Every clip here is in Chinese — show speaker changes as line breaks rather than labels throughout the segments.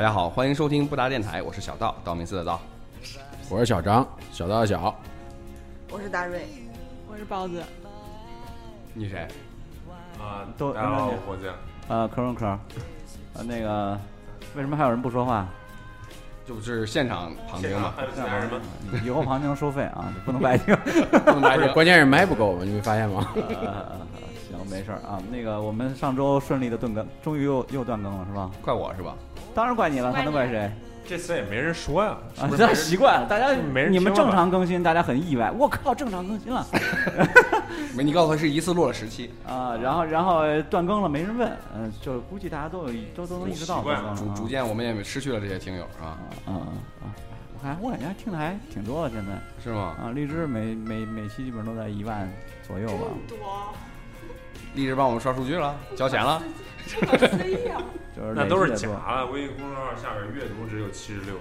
家好，欢迎收听布达电台，我是小道，道明寺的道。
我是小张，小道小，
我是大瑞，
我是包子，
你谁？
啊，
都
大家好，
没
我
问题
火箭。
呃，壳儿壳儿，呃，那个，为什么还有人不说话？
就是现场旁听嘛，
还有其他人吗？
嗯以后旁听收费啊，就不能白听。
不能白
不是，
听
关键是麦不够，你没发现吗？
呃，行，没事儿啊。那个，我们上周顺利的断更，终于又又断更了，是吧？
怪我是吧？
当然怪你了，还能怪谁？
这次也没人说呀，是不，
啊
是没
这
人
习惯了，大家
没人
你
听
们
了
正
吧
常更新，大家很意外。我靠，正常更新了
没，你告诉我是一次录了十期，
啊！然后然后断更了，没人问，嗯、就估计大家都有都都能意识到
习惯了
断更
逐
了啊
逐渐我们也失去了这些听友啊，
啊啊！我看我感觉听的还挺多的，现在。
是吗？
啊，荔枝每每每期基本都在一万左右吧，
多
荔枝帮我们刷数据了，交钱了，
这么随意啊！
就是
那都是
累计
假
得多。
的。微信公众号下面阅读只有七十六，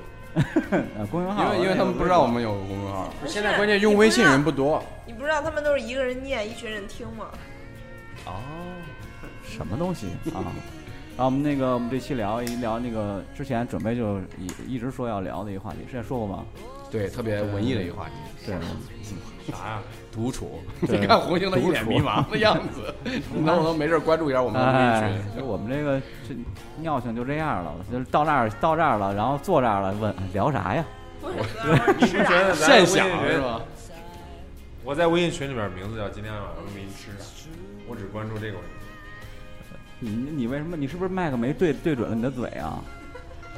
呃，公众
因
号，
为因为他们不知道我们有公众号
不是
现在关键用微信人不多，
你不知道他们都是一个人念，一群人听吗？
哦，
什么东西 啊。然后我们那个，我们这期聊一聊那个之前准备就一一直说要聊的一个话题，之前说过吗？
对，特别文艺的一个话题，
对，
啥呀？
独处。
对
你看红星的一脸
独处
迷茫的样 子，你能不能没事关注一下我们的微
哎
信群？，
就我们这个这尿性就这样了，就是到这儿到这儿了，然后坐这儿了，问聊啥呀？
不是，我
你不觉得咱
现
微
想
啊
信
是
群？
吧？
我在微信群里边名字叫今天晚上给你吃啥，我只关注这个问题。
你你为什么你是不是麦克没对对准了你的嘴啊？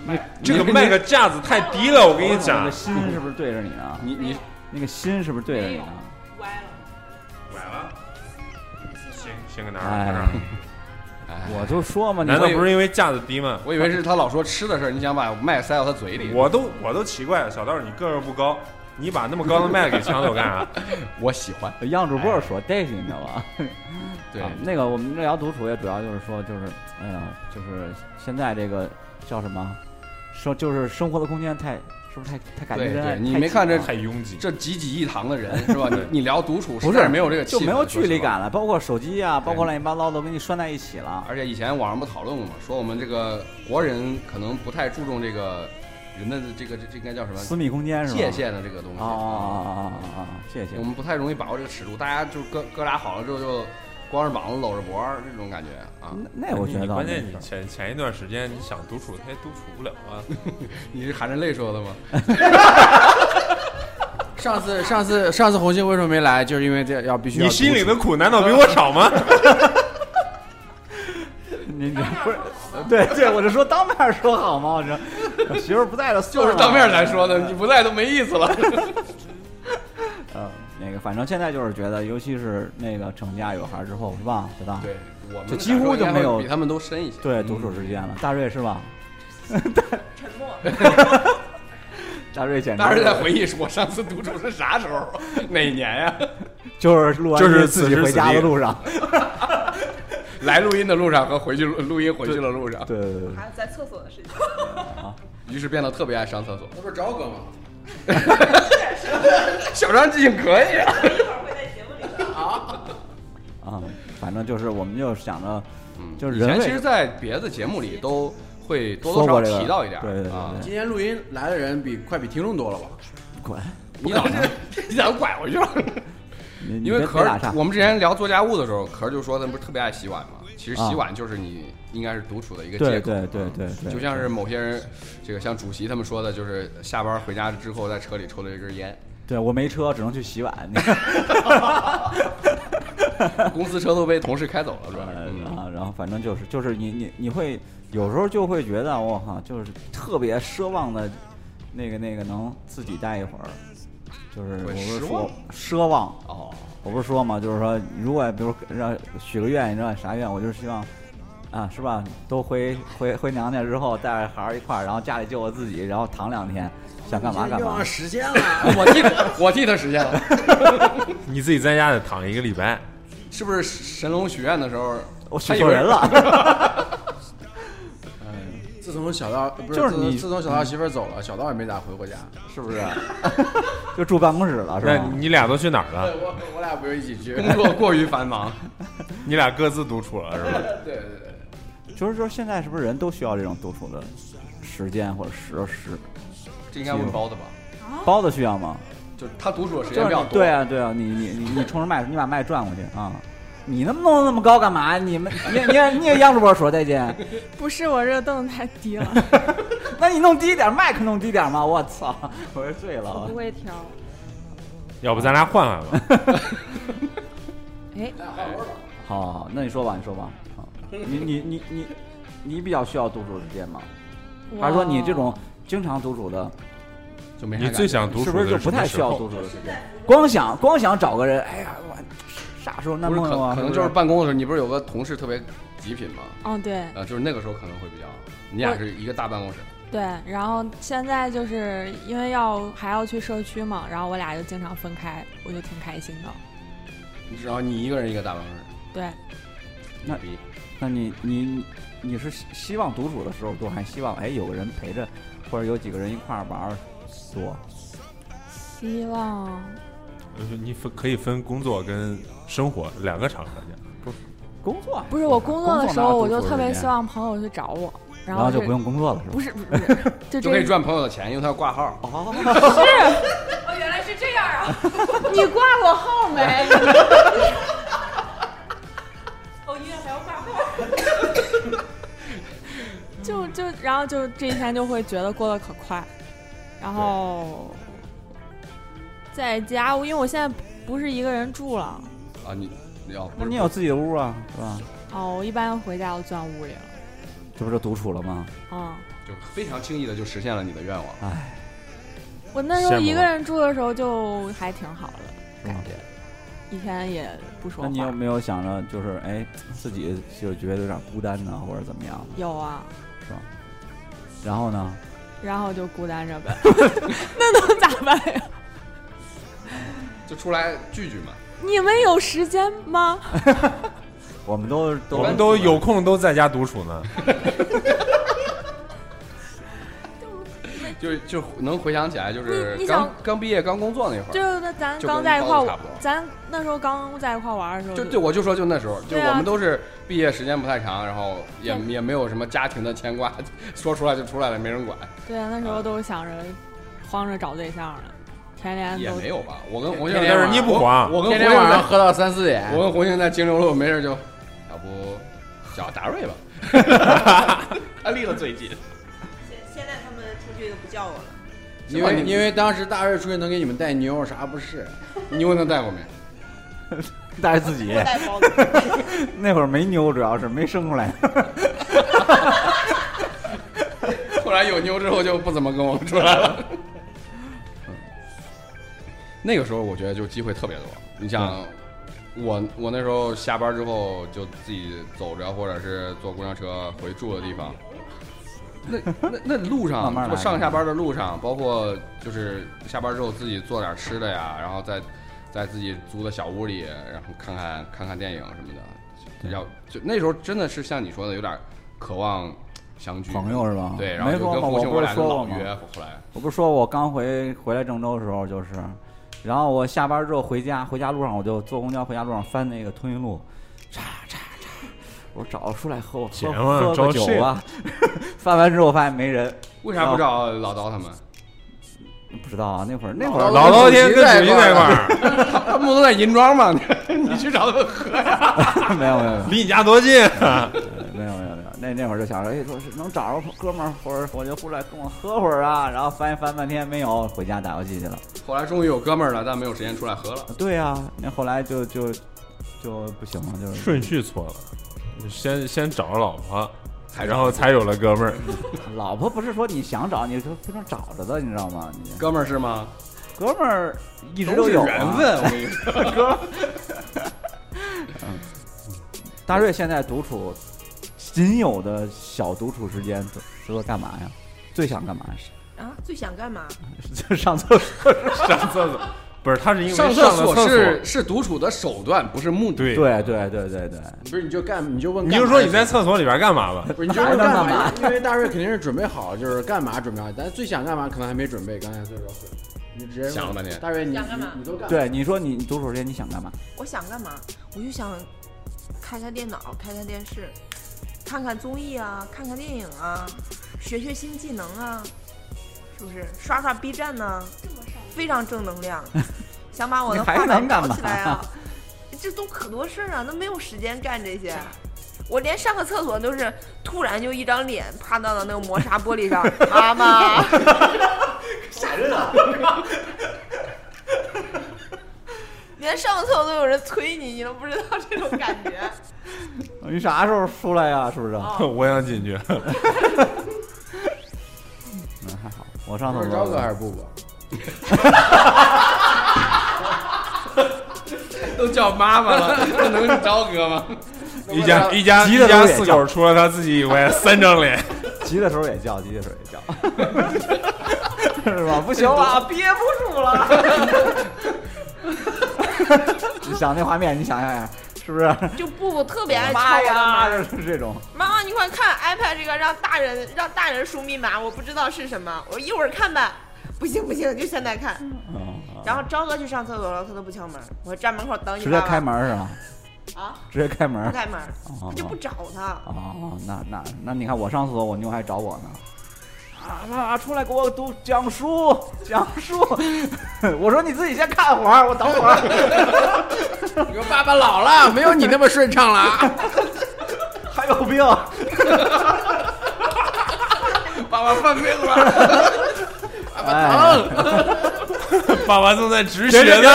你
这个
你
麦克架子太低了，我跟你
你
讲
的，心是不是对着你呢？
你你
那个心是不是对着你啊
没
呢
有？歪了，
崴了。先先搁哪
哎
儿？搁哪儿？
哎
我就说嘛，你
难道
会
不是因为架子低吗？
我以为是他老说吃的事儿，你想把麦塞到他嘴里。
我都我都奇怪，小道儿你个儿又不高，你把那么高的麦克给抢走干啥？
我喜欢，
让主播说这些，你知道吧？
哎对
啊，那个我们这聊独处也主要就是说，就是哎呀，就是现在这个叫什么生，就是生活的空间太是不是太太感觉
对
人
对，
太
你没看这
太
太拥挤。
这几几一堂的人是吧？ 你你聊独处
不
实在
是
没有这个气
就
氛
没有距离，
说实话
感了，包括手机啊，包括乱七八糟都给你拴在一起了。
而且以前网上不讨论过嘛，说我们这个国人可能不太注重这个人的这个这这应该叫什
私
么
密空间是吧？
界限的这个东西
啊啊啊啊啊啊！谢谢
我。们不太容易把握这个尺度，大家就哥哥俩好了之后就光着膀子搂着脖儿这种感觉啊。
那那我觉得
你
倒
关
没
键
事
你
儿
前前一段时间你想独处，他也独处不了啊。
你是含着泪说的吗？
上次上次上次红星为什么没来？就是因为这要必须要
你心里
独
的
处
苦难道比我少 吗？
你你不是对对，我就说当面说好吗？我说我媳妇儿不在了，算
就
了
是当面来说的，你不在都没意思了。
呃，那个反正现在就是觉得，尤其是那个成家有孩之后，是吧？对吧？
对，嗯我们
就几乎就没 有
比他们都深一些。
对，独处时间了。大瑞是吧？
沉默。
大瑞简直
当时在回忆我上次独处是啥时候，啊哪年呀、
就是 录完
就
音
是
自
此
己
时
回
此
家的
地
路上。
来录音的路上和回去录录音回去的路上，
对对对对，
还有在厕所的事情，
于是变得特别爱上厕所。
那不是招哥吗？
小张记性可以啊，
我一会儿会在节目里说。
啊，反正就是我们就想着，就是
嗯以
人
前其实，
类
在别的节目里都会多
说
多少
过这
少
个，
提到一点儿，
对对对
啊。
对，
今天录音来的人比快比听众多了吧？
滚！
你咋 你咋拐回去了？
你 你
因为
别
壳
别打
儿
岔，
我们之前聊做家务的时候，壳儿就说他不是特别爱洗碗嘛。其实洗碗就是你应该是独处的一个借
啊对
口，啊
对对对对，
就像是某些人，这个像主席他们说的，就是下班回家之后在车里抽了一根烟，
对我没车，只能去 洗碗。你看
公司车都被同事开走 了，主要是。嗯
啊，然后反正就是就是你你你会有时候就会觉得我靠，就是特别奢望的，那个那个能自己待一会儿，就是我
会
不
失
是说奢望，
哦，
我不是说嘛，就是说如果比如让许个愿，你知道啥愿？我就是希望。啊，是吧？都回回回娘家之后，带着孩儿一块儿，然后家里就我自己，然后躺两天，想干嘛干
愿
嘛
望。实现 了。
我替他我替他实现了，
你自己在家得躺一个礼拜，
是不是神龙许愿的时候，
我
他
许
以
错
为
人了，
自从小道不
哎就是
自从
你
自从小道媳妇儿走了，小道也没咋回过家。
是不是？ 就住办公室了，是
那
吧？
你俩都去哪
啊
儿了？
我我俩不是一起去？
工作过于繁忙？
你俩各自独处了是吧？
对对对，
就是说，现在是不是人都需要这种独处的时十件或者十十，
这应该问包子吧？
包子需要吗？
就是他独处的时
就
间
是
比较
你
多。
对啊对啊，你你你你冲着麦，你把麦转过去啊。你那么弄得那么高干嘛？你们你也 你也你也央主播说再见，
不是我这凳子太低了，
那你弄低一点，麦克弄低点嘛！我操，我是醉
我
了
不。会调。
要不咱俩换换吧？
哎，
好，那你说吧，你说吧。啊你你你你你比较需要独处时间吗？还是说你这种经常独处的，
就没啥
你
感觉
最想独
是
处
不
的
是就
什
不
么
太
时
需要
候
独处的时间？ 光想光想找个人，哎呀，我啥时候那
不是
梦
可
啊？
可能
不
就是办公的时候，你不是有个同事特别极品吗？
哦对
啊，就是那个时候可能会比较，你俩是一个大办公室，
对，然后现在就是因为要还要去社区嘛，然后我俩就经常分开，我就挺开心的。
然后你一个人一个大办公室，
对，
那
逼
那你你你是希希望独处的时候多，还希望哎有个人陪着，或者有几个人一块儿玩儿多？
希望
就是你分可以分工作跟生活两个场合去。
工作啊
不是我工作的时
哪
候，
有
我
独
就
处
特别
时间
希望朋友去找我，然
然
后
后就是不用工作了是吧？
不是不是， 就
就可
这
以赚朋友的钱，因为他要挂号。
哦，原来是这样啊！
你挂我号没？
哦，音乐还要挂号，
就就然后就这一天就会觉得过得可快，然后在家，因为我现在不是一个人住了，
啊，你你要不
那
是
你有自己的屋啊，是吧？
哦，我一般回家都钻屋里了，
这不就独处了吗？
嗯。
就非常轻易的就实现了你的愿望。
哎，
我那时候
羡慕
一个
啊
人住的时候就还挺好的，
是吗
感觉一天也不说
那
话。
你有没有想着就是哎自己就觉得有点孤单呢，或者怎么样，
有啊，
是吧？然后呢？
然后就孤单着呗， 那能咋办呀？
就出来聚聚嘛。
你们有时间吗？
我们都都
我们都有空都在家独处呢。
就就能回想起来，就是
你你想
刚刚毕业刚工作那会
就
儿，
是那咱
就跟
刚在一块
高中差
儿
不多，
咱那时候刚在一块儿玩的时候，
就对我就说就那时候，就
对啊
我们都是毕业时间不太长，然后也
对
也没有什么家庭的牵挂， 说出来就出来了，没人管，
对那时候都是想着慌着找对象了，天天
也
都
没有吧。我跟红
天
星
天
在
但是你不
我
慌，
我跟
天
红
天
星
晚上
在，
喝到三四点，
我跟红星在金牛路没事就，要不找达瑞吧， 他离得最近，
现现在他们出去都不叫我了。
因
是吧
为
你
因为当时大瑞出去能给你们带妞，啥不是？
你问他带过没？
带着自 己，
带包子，
那会儿没妞，主要是没生出来。
后来有妞之后就不怎么跟我们出来了。 那个时候我觉得就机会特别多。你
嗯
想，我我那时候下班之后就自己走着，或者是坐公交车回住的地方。那那那路上，
慢慢来
就上下班的路上，包括就是下班之后自己做点吃的呀，然后在在自己租的小屋里，然后看看看看电影什么的。
对
要就那时候真的是像你说的，有点渴望相聚
朋友是吧
对，然后
没
就
说
跟
嘛
胡
我
庆
不
我
是
俩就
说
老
过吗
约，后来
我不是说我刚回回来郑州的时候就是，然后我下班之后回家，回家路上我就坐公交回家路上翻那个通讯录，叉叉叉，我找出来喝
姐
喝
们儿
喝个
啊招
酒
谁
吧。 翻完之后发现没人，
为啥不找
啊
老刀他们？
不知道啊，那会儿那会
老
儿
刀
老头天跟主席在一块儿，
他们不都在银庄吗？ 你去找他们喝。
没有没有没有
离你家多近 啊？
没有没有没有，那那会儿就想着，哎，说是能找着哥们儿，或者我就过来跟我喝会儿啊，然后翻一翻半天没有，回家打游戏去了。
后来终于有哥们儿了，但没有时间出来喝了。
对呀、那后来就就就不行了，就是
顺序错了，先先找老婆，
才
然后才有了哥们儿。
老婆不是说你想找你就不能找着的，你知道吗？你
哥们儿是吗？
哥们儿一直
都是
有、啊、
缘。分，我跟你说。
大瑞现在独处，仅有的小独处时间都是都干嘛呀？最想干嘛？
啊，最想干嘛？
就上厕所。
上厕所不是，他是因为
上
厕
厕所
所
是是独处的手段，不是目的。
对，
对对对对对，
不是你就干你就问
你
干嘛
就
就行，
说你在厕所里边干嘛 吧。
不是你就问
还能
干
干嘛
嘛？因为 大瑞肯定是准备好，就是干嘛准备好，但最想干嘛可能还没准备。刚才所以说会，你直接问
想了半天
大瑞你
想干嘛
你你都干嘛？
对你说你你独处时间你想干嘛？
我想干嘛？我就想开开电脑，开开电视，看看综艺啊，看看电影啊，学学新技能啊，是不是？刷刷 B 站呢、非常正能量。想把我的
你还
画板
能干
搞
嘛
起来啊！这都可多事儿啊，那没有时间干这些。我连上个厕所都是突然就一张脸趴到了那个磨砂玻璃 上，妈妈。
吓人啊！
连上个厕所都有人催你，你都不知道这种感觉。
你啥时候出来呀？是不是？
哦
我想进去。
嗯，还好，我上
不
厕
是朝哥还
所
是布布？
都叫妈妈了，这能是朝哥吗？
一家一家
急
一
得
家
都得
四
叫
口，除了他自己以外，三张脸。
急的时候也叫，急的时候也 叫，是吧？不行 啊，憋不住了。你想那画面，你想想呀，是不是？
就布布特别爱敲我的
妈哎呀，
门，
就是这种。
妈妈，你快看 iPad 这个让大人让大人输密码，我不知道是什么，我一会儿看吧。不行不行，就现在看。
嗯，
然后朝哥去上厕所了，他都不敲门，我站门口等你
直
爸爸。
接开门是吧？
啊，
直接开门
不
儿。
开门，
哦
他就不找他。
哦，那那那你看，我上厕所，我妞还找我呢。啊，妈妈出来给我读讲书，讲书。 我说你自己先看会儿，我等会儿。
你说爸爸老了，没有你那么顺畅 了啊。
还有病，
爸爸犯病了，
哎，
爸爸正在止血呢。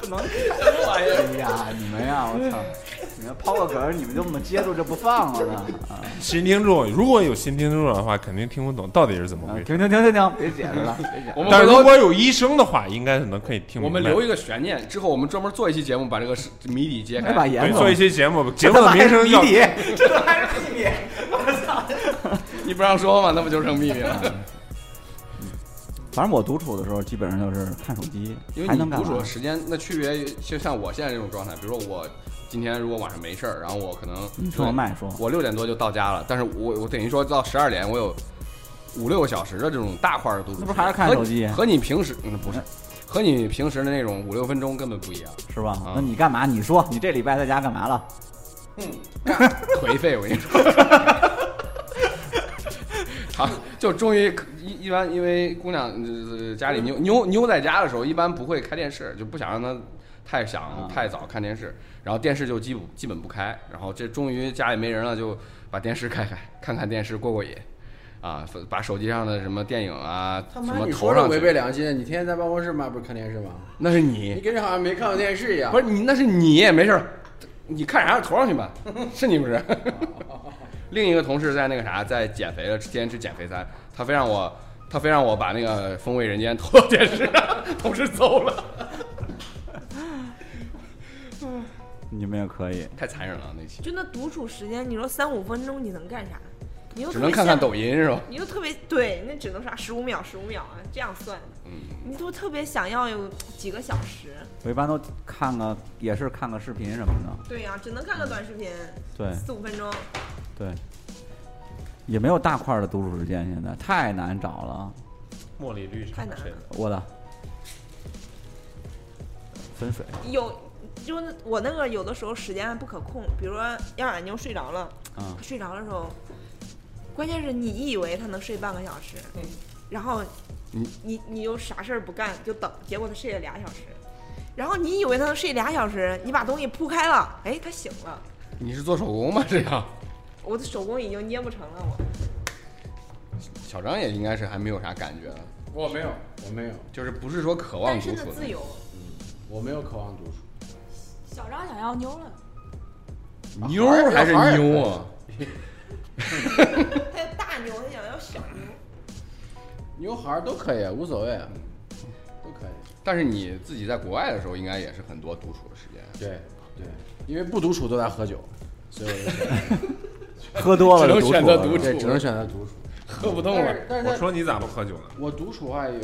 不能什么玩意儿！哎呀，你们呀，我操！你们抛个梗儿，你们就这么接住就不放了呢？啊，
新听众，如果有新听众的话，肯定听不懂到底是怎么回事。
啊停停停停停，别解释了，别解释
我
了。
们
但
回
如
头
果有医生的话，应该是能可以听明白。
我们留一个悬念，之后我们专门做一期节目，把这个是谜底揭
没把
开。
严
对
总
做一期节 目，节目的名称叫
谜底，这都还是谜底。
你不让说嘛，那不就成秘密了？
反正我独处的时候，基本上就是看手机
因，
还
为你
能干
独处
嘛
的？时间，那区别就像我现在这种状态，比如说我今天如果晚上没事儿，然后我可能
你听我麦嗯说，
我六点多就到家了，但是我我等于说到十二点，我有五六个小时的这种大块儿的独处时
那
间，
不是还是看手机
和和你平时嗯不是，和你平时的那种五六分钟根本不一样，
是吧
啊？
那你干嘛？你说你这礼拜在家干嘛了？
颓废。我跟你说， 好，就终于一一般，因为姑娘呃家里妞妞妞在家的时候，一般不会开电视，就不想让她太想
啊
太早看电视，然后电视就基本基本不开，然后这终于家里没人了，就把电视开开，看看电视过过瘾。啊，把手机上的什么电影啊，
他
什
妈，
么
你
投
说这
上
违
去，
背良心，你天天在办公室嘛，不是看电视吗？
那是
你
你，
跟人好像没看过电视一样。
不是你，那是你，没事儿，你看啥投上去 吧，是你不是？ 另一个同事在那个啥，在减肥了，之前吃减肥餐，他非让我，他非让我把那个《风味人间》投到电视上，同事走了，
你们也可以，
太残忍了那期，
就那独处时间，你说三五分钟你能干啥？你又
只
特别
能看看
羡
抖音是吧？
你就特别对，那只能啥十五秒、十五秒啊，这样算。
嗯，
你都特别想要有几个小时。
我一般都看个，也是看个视频什么的。
对呀、只能看个短视频，
对
四五分钟。
对，也没有大块儿的独处时间，现在太难找了。
茉莉绿茶
太难了
我的分水，
有，就是我那个有的时候时间还不可控，比如说要冉妞睡着了，
嗯
她睡着的时候，关键是你以为她能睡半个小时，然后
你
你你又啥事儿不干就等，结果她睡了俩小时，然后你以为她能睡俩小时，你把东西铺开了，哎，她醒了，
你是做手工吗？这 样，
我的手工已经捏不成了我。
小张也应该是还没有啥感觉，
我没有，我没有，
就是不是说渴望
单
独
身
处
的
的
自由，
我没有渴望独处。
小张想要妞了，
妞儿还是妞啊？
她有大牛，她想要小牛，
牛孩儿都可以，啊无所谓，都可以。
嗯但是你自己在国外的时候，应该也是很多独处的时间。
对对，因为不独处都在喝酒，所以我就选择
喝多了
只能选择独
就独处了
对，只能选择独处。
喝不啊动
但
了
是，但是
我
在
说你咋不喝酒呢？
我独处的话也，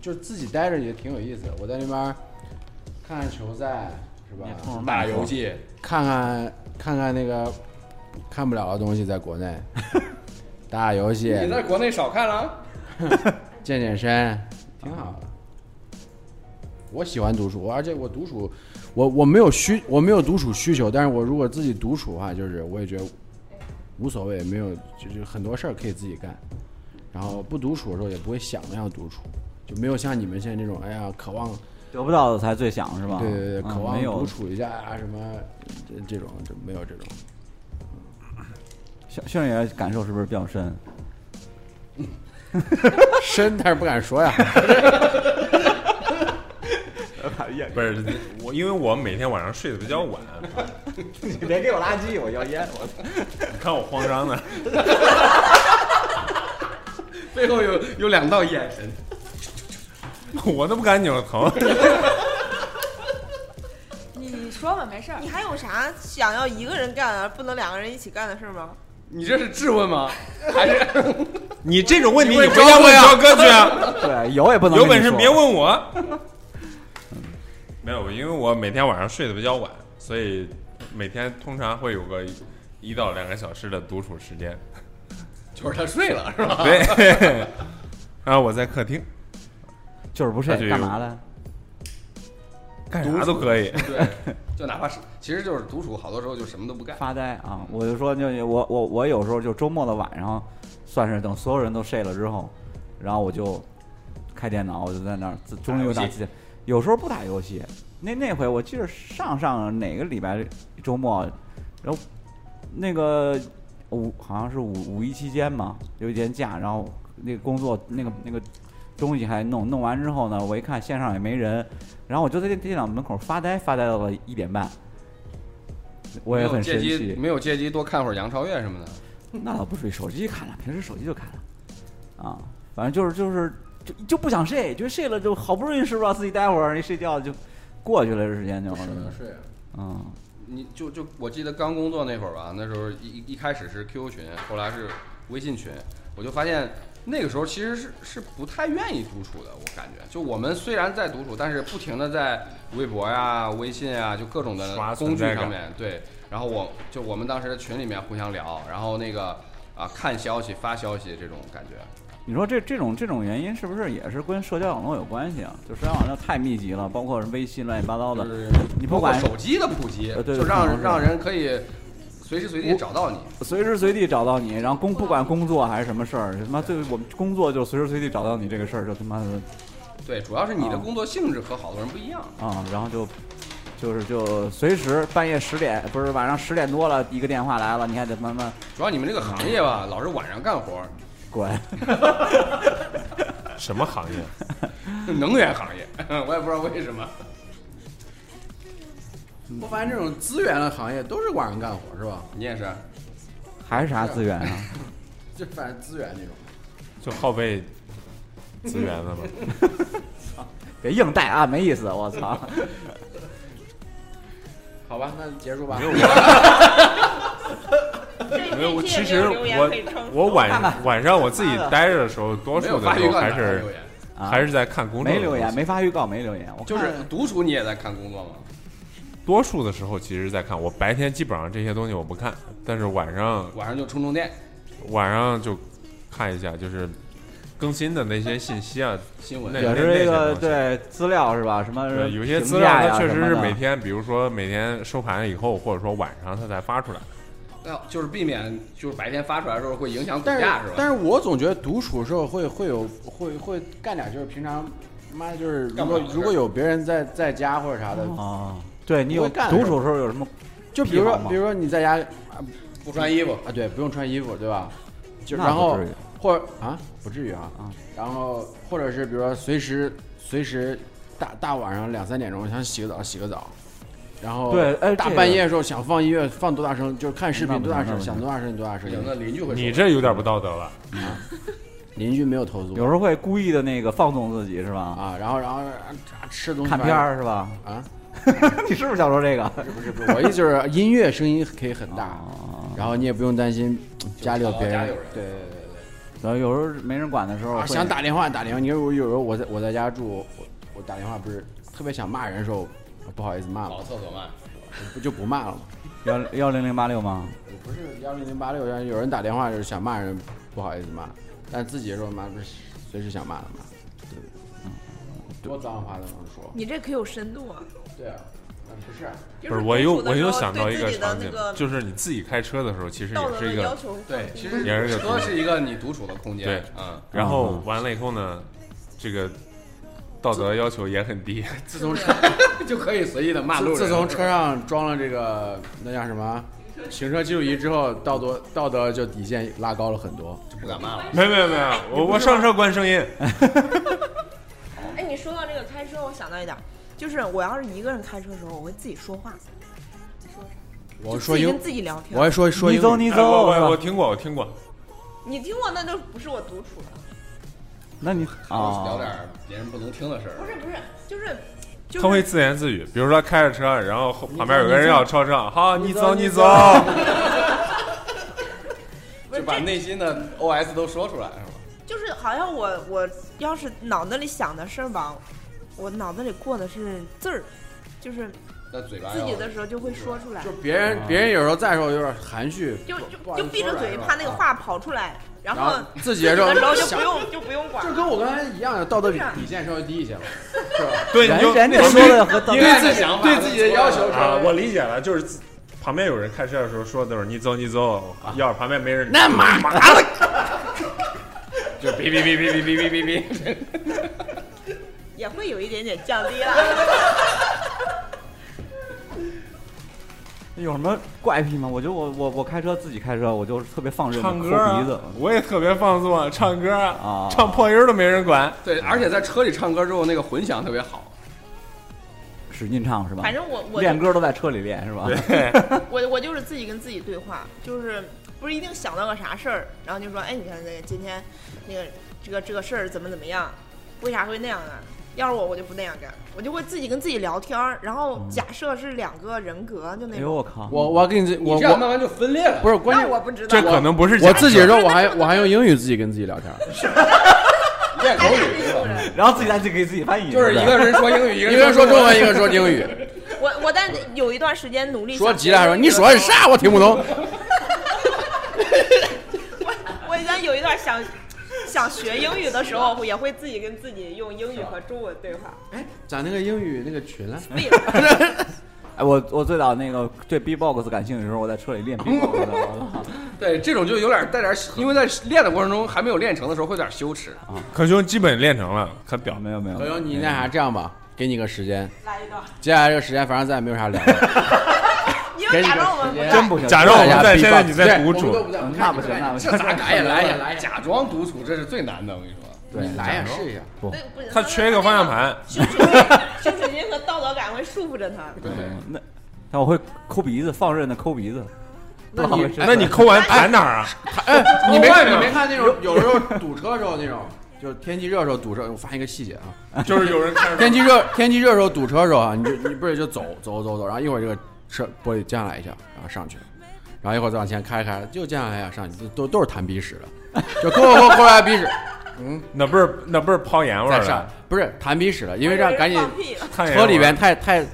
就是自己待着也挺有意思的。我在那边儿看看球赛是吧
你？碰上
打
麦克
游戏，
看看看看那个看不了的东西，在 国内打打游戏，
你在国内少看了。啊
健健身，挺好的。我喜欢独处，而且我独处，我我没有需我没有独处需求，但是我如果自己独处的话，就是我也觉得无所谓，没有就是很多事儿可以自己干，然后不独处的时候也不会想着要独处，就没有像你们现在这种，哎呀，渴望
得不到的才最想是吧？
对对对，
嗯
渴望
没有
独处一下啊，什么这这种就没有这种。
训训练员感受是不是比较深？
深，但是不敢说呀。
不是 我，因为我每天晚上睡得比较晚，
你 别给我垃圾，我 要烟，我
你看我慌张的，
背后有有两道眼神，
我都不敢扭头。
你说吧，没事儿
你。还有啥想要一个人干而不能两个人一起干的事儿吗？
你这是质问吗？还是
你这种问题
你
你
会
回家
找我
问
呀
肖哥去啊，
对有也不能
有
跟
本
你
事
说
别问我。 没有，因为我每天晚上睡得比较晚，所以每天通常会有个一到两个小时的独处时间。
就是他睡了 是吧？
啊对， 然后我在客厅
就是不
那就有
睡，干嘛呢？
干啥都可以。
对，就哪怕是，其实就是独处，好多时候就什么都不干。
发呆啊！我就说，就我我我有时候就周末的晚上，算是等所有人都睡了之后，然后我就开电脑，我就在那儿自终于有
打游
打
戏
自己，有时候不打游戏。那那回我记得上上哪个礼拜周末，然后那个五好像是五五一期间嘛，有一天假，然后那个工作那个那个东西还弄弄完之后呢，我一看线上也没人，然后我就在电电脑门口发呆，发呆到了一点半。我也
没有
很
借
神
机
奇，
没有借机多看会儿杨超越什么的。
那倒不至于，手机看了，平时手机就看了，啊，反正就是就是就就不想睡，就睡了就好不容易睡不着，自己待会儿一睡觉就过去了，这时间就，
睡啊？
嗯，
你就就我记得刚工作那会儿吧，那时候一一一开始是 QQ 群，后来是微信群，我就发现那个时候其实是是不太愿意独处的，我感觉就我们虽然在独处，但是不停的在微博呀、微信啊，就各种的
刷
工
存
具
在
上
感
面对，然后我就我们当时的群里面互相聊，然后那个啊看消息、发消息这种感觉，
你说这这种这种原因是不是也是跟社交网络有关系啊？就社交网络太密集了，包括微信乱七八糟
就
的，
是
你不
包括
管
手机的普及，
呃对
就
可能
让
是
让人可以随时随地找到你。
随时随地找到你，然后工不管工作还是什么事儿，他妈最我们工作就随时随地找到你这个事儿，就他妈的
对，主要是你的
啊
工作性质和好多人不一样。
啊、然后就就是就随时半夜十点不是晚上十点多了，一个电话来了，你还得慢慢
主要你们这个行业吧，老是晚上干活，
滚。
什么行业？
能源行业， 我也不知道为什么。
我发现这种资源的行业都是晚上干活是吧？
你也是，啊
还是啥资源 啊？
就反正资源那种。
就耗费资源的嘛。
别硬带啊，没意思，我操！
好吧，那结束吧
没。有，没
没
有。其实我我晚晚上我自己待着的时候，多
没
数
有
的
发
时
预
候
告，
还
哪有
是
留言，
啊、
还是在看工作的
没
东西。
留言，没发预告，没留言。我
就
看
嗯
是独处你也在看工作吗？
多数的时候其实在看，我白天基本上这些东西我不看，但是晚上
晚上就充充电，
晚上就看一下，就是更新的那些信息啊。
新闻
那
也是这
那那
个
些东西
对资料是吧？什么
对，有些
呃评
资料
价
它
呀
确
什
实
么
是
的
每天，比如说每天收盘以后，或者说晚上它才发出来。
那就是避免就是白天发出来的时候会影响股
但是
价是吧？
但是我总觉得独处的时候会会有会会干点就是平常，妈的就是如
干不了
果
的事儿
如果有别人在在家或者啥的，
啊，对你
不
有
会干
独处的时候有什么？
就比
屁
如说
好吗
比如说你在家
不穿衣服，
啊，对，不用穿衣服对吧？就
那
然
不
后
至于
或者啊不至于啊
啊，
然后或者是比如说随时随时大大晚上两三点钟想洗个澡洗个澡，然后
对哎
大
这
半
个
夜的时候想放音乐放多大声，就是看视
那
频
不
多大
行那
声，
不
想
行
多大声多大声
不。行，那邻居会说
你这有点不道德了。
邻居没有投诉
有时候会故意的那个放纵自己是吧？
啊，然后然后啊吃东西
看片儿是吧？
啊，
你是不是想说这个？
不是不是，我意思就是音乐声音可以很大，
啊，
然后你也不用担心哦家里有别
哦家里
人
有人，
对。
然后有时候没人管的时候会
啊，想打电话打电话，你说我有时候我在我在家住，我我打电话不是特别想骂人的时候，不好意思骂了
老，厕所慢，
不就不骂了吗？
幺幺零零八六吗？
不是幺零零八六，有人打电话就是想骂人，不好意思骂，但自己的时候骂不是随时想骂嗯的骂，对不对？多脏话都能说。
你这可有深度啊！
对啊，不是，
不是，我又
独处的
我又
时候
想到
对
一
自己的
场景
那个，
就是你自己开车的时候，其实
道
也
德
是
的
一
要
个。
求
对，其实
也是个
车是一个你独处的空间，
对
嗯。
然后完了以后呢，这个道德要求也很 低。
自从车 就可以随意的骂路
自
人
自从车上装了这个那叫什么行车记录仪之后，道德道德就底线拉高了很多。
就不敢骂了。
没有没有没有，我我上车关声音。
哎，你说到这个开车，我想到一点儿，就是我要是一个人开车的时候，我会自己说话，
我
就自
说
己
英
跟，自己聊天。
我还说说
你
英
走
语，
你
哎我
走，是
我我
吧
听过我听过，
你听我，那就不是我独处了，
那你
聊
啊，
点别人不能听的事
不
儿。
是不是，就是就
他会
是
自言自语，比如说开着车，然后后旁边有个人要超车，好，你走你走。
不是
就把
这
内心的 OS 都说出来，是吧？
就是好像我我要是脑子里想的事儿吧，我脑子里过的是字儿，就是
那嘴巴
自己
要
的时候就会说出来
就，别人别人有时候在的时候有点含蓄，
就
不好
就
意
就
思
闭着
说出来
嘴
是吧
怕那个话跑出来，然
然后
后
自己
嗯的
的时候
时候就
想
不用就不用管
就。跟我刚才一样的，道德底
不是
底线稍微低一些吧。
对，你
人
就
人家
我
说的和道
因
理
为自己对自己的要求
啊，我理解了，就是自旁边有人开车的时候说的是你走你走，
啊
要是旁边没人，那妈妈的，就哔哔哔哔哔哔哔哔哔。
也会有一点点降低了。
有什么怪癖吗？我觉得我我我开车自己开车，我就是特别放任，
唱
抠
歌啊
鼻子，
我也特别放纵，唱歌
啊
唱破音儿都没人管。
啊
对，而且在车里唱歌之后，那个混响特别好。
使劲唱是吧
反？正我我
练歌都在车里练是吧？
对，
我我就是自己跟自己对话，就是不是一定想到个啥事儿，然后就说，哎，你看那个今天那个这个这个事儿怎么怎么样，为啥会那样啊？要是我，我就不那样干，我就会自己跟自己聊天儿，然
嗯
后假设是两个人格，就
哎
那
呦
种。
我靠！
我我要跟你
你
我
这样慢
我
慢就分裂了。
不是关
那
键，
我不知道，
这可能不是假
我自己的时
设
候我还我还用英语自己跟自己聊天，
是练口语是吧？
然后自己再去给自己翻译，
就是一个人说 英语，一
一
个
个人说中
文
文，一个人说英语，
我我但有一段时间努力
说
想
急了还说你说的是啥我听不懂。
我我以前有一段想想学英语的时候，也会自己跟自己用英语和中文对话。
哎，咱那个英语那个群啊呢？
为了
哎，我我最早那个对 B-box 感兴趣的时候，我在车里练 B-box 的，我操！
对，这种就有点带点，因为在练的过程中还没有练成的时候，会有点羞耻。
可兄基本练成了，可屌。
没有没有，
朋友，哎你那啥这样吧，给你个时间，
来一段，
接下来这个时间反正咱也没有啥聊的，
你们假装我们不
给
在
你个时间
哎真。不行，
假装我们在，
大家
现在你在独
对我们
处
都，不在
嗯那不行那不 行
这咋改也来也来，假装独处这是最难的，我跟你说。
对，来呀，试一下。
对不行
他缺一个方向盘。
羞耻心， 羞耻心和道德感会束缚着他。
对，
那但我会抠鼻子，放任的抠鼻子。
那你
不好意思
那你抠完盘哪儿啊？
哎，你没
外
看
面
你没看那种有时候堵车的时候那种，就是天气热的时候堵车，我发现一个细节啊，
就是有人开着
天气热天气热的时候堵车的时候啊，你就你不是就走走走走，然后一会儿这个车玻璃降下来一下，然后上去了。然后一会儿再往前开开，就降下来一下上去，都都都是弹鼻屎的，就抠抠抠抠来鼻屎，
那不是那不是抛盐味
再
儿
上
了，
不是弹鼻屎了，因为这样赶紧
放屁了
看盐味
车
儿
里边太太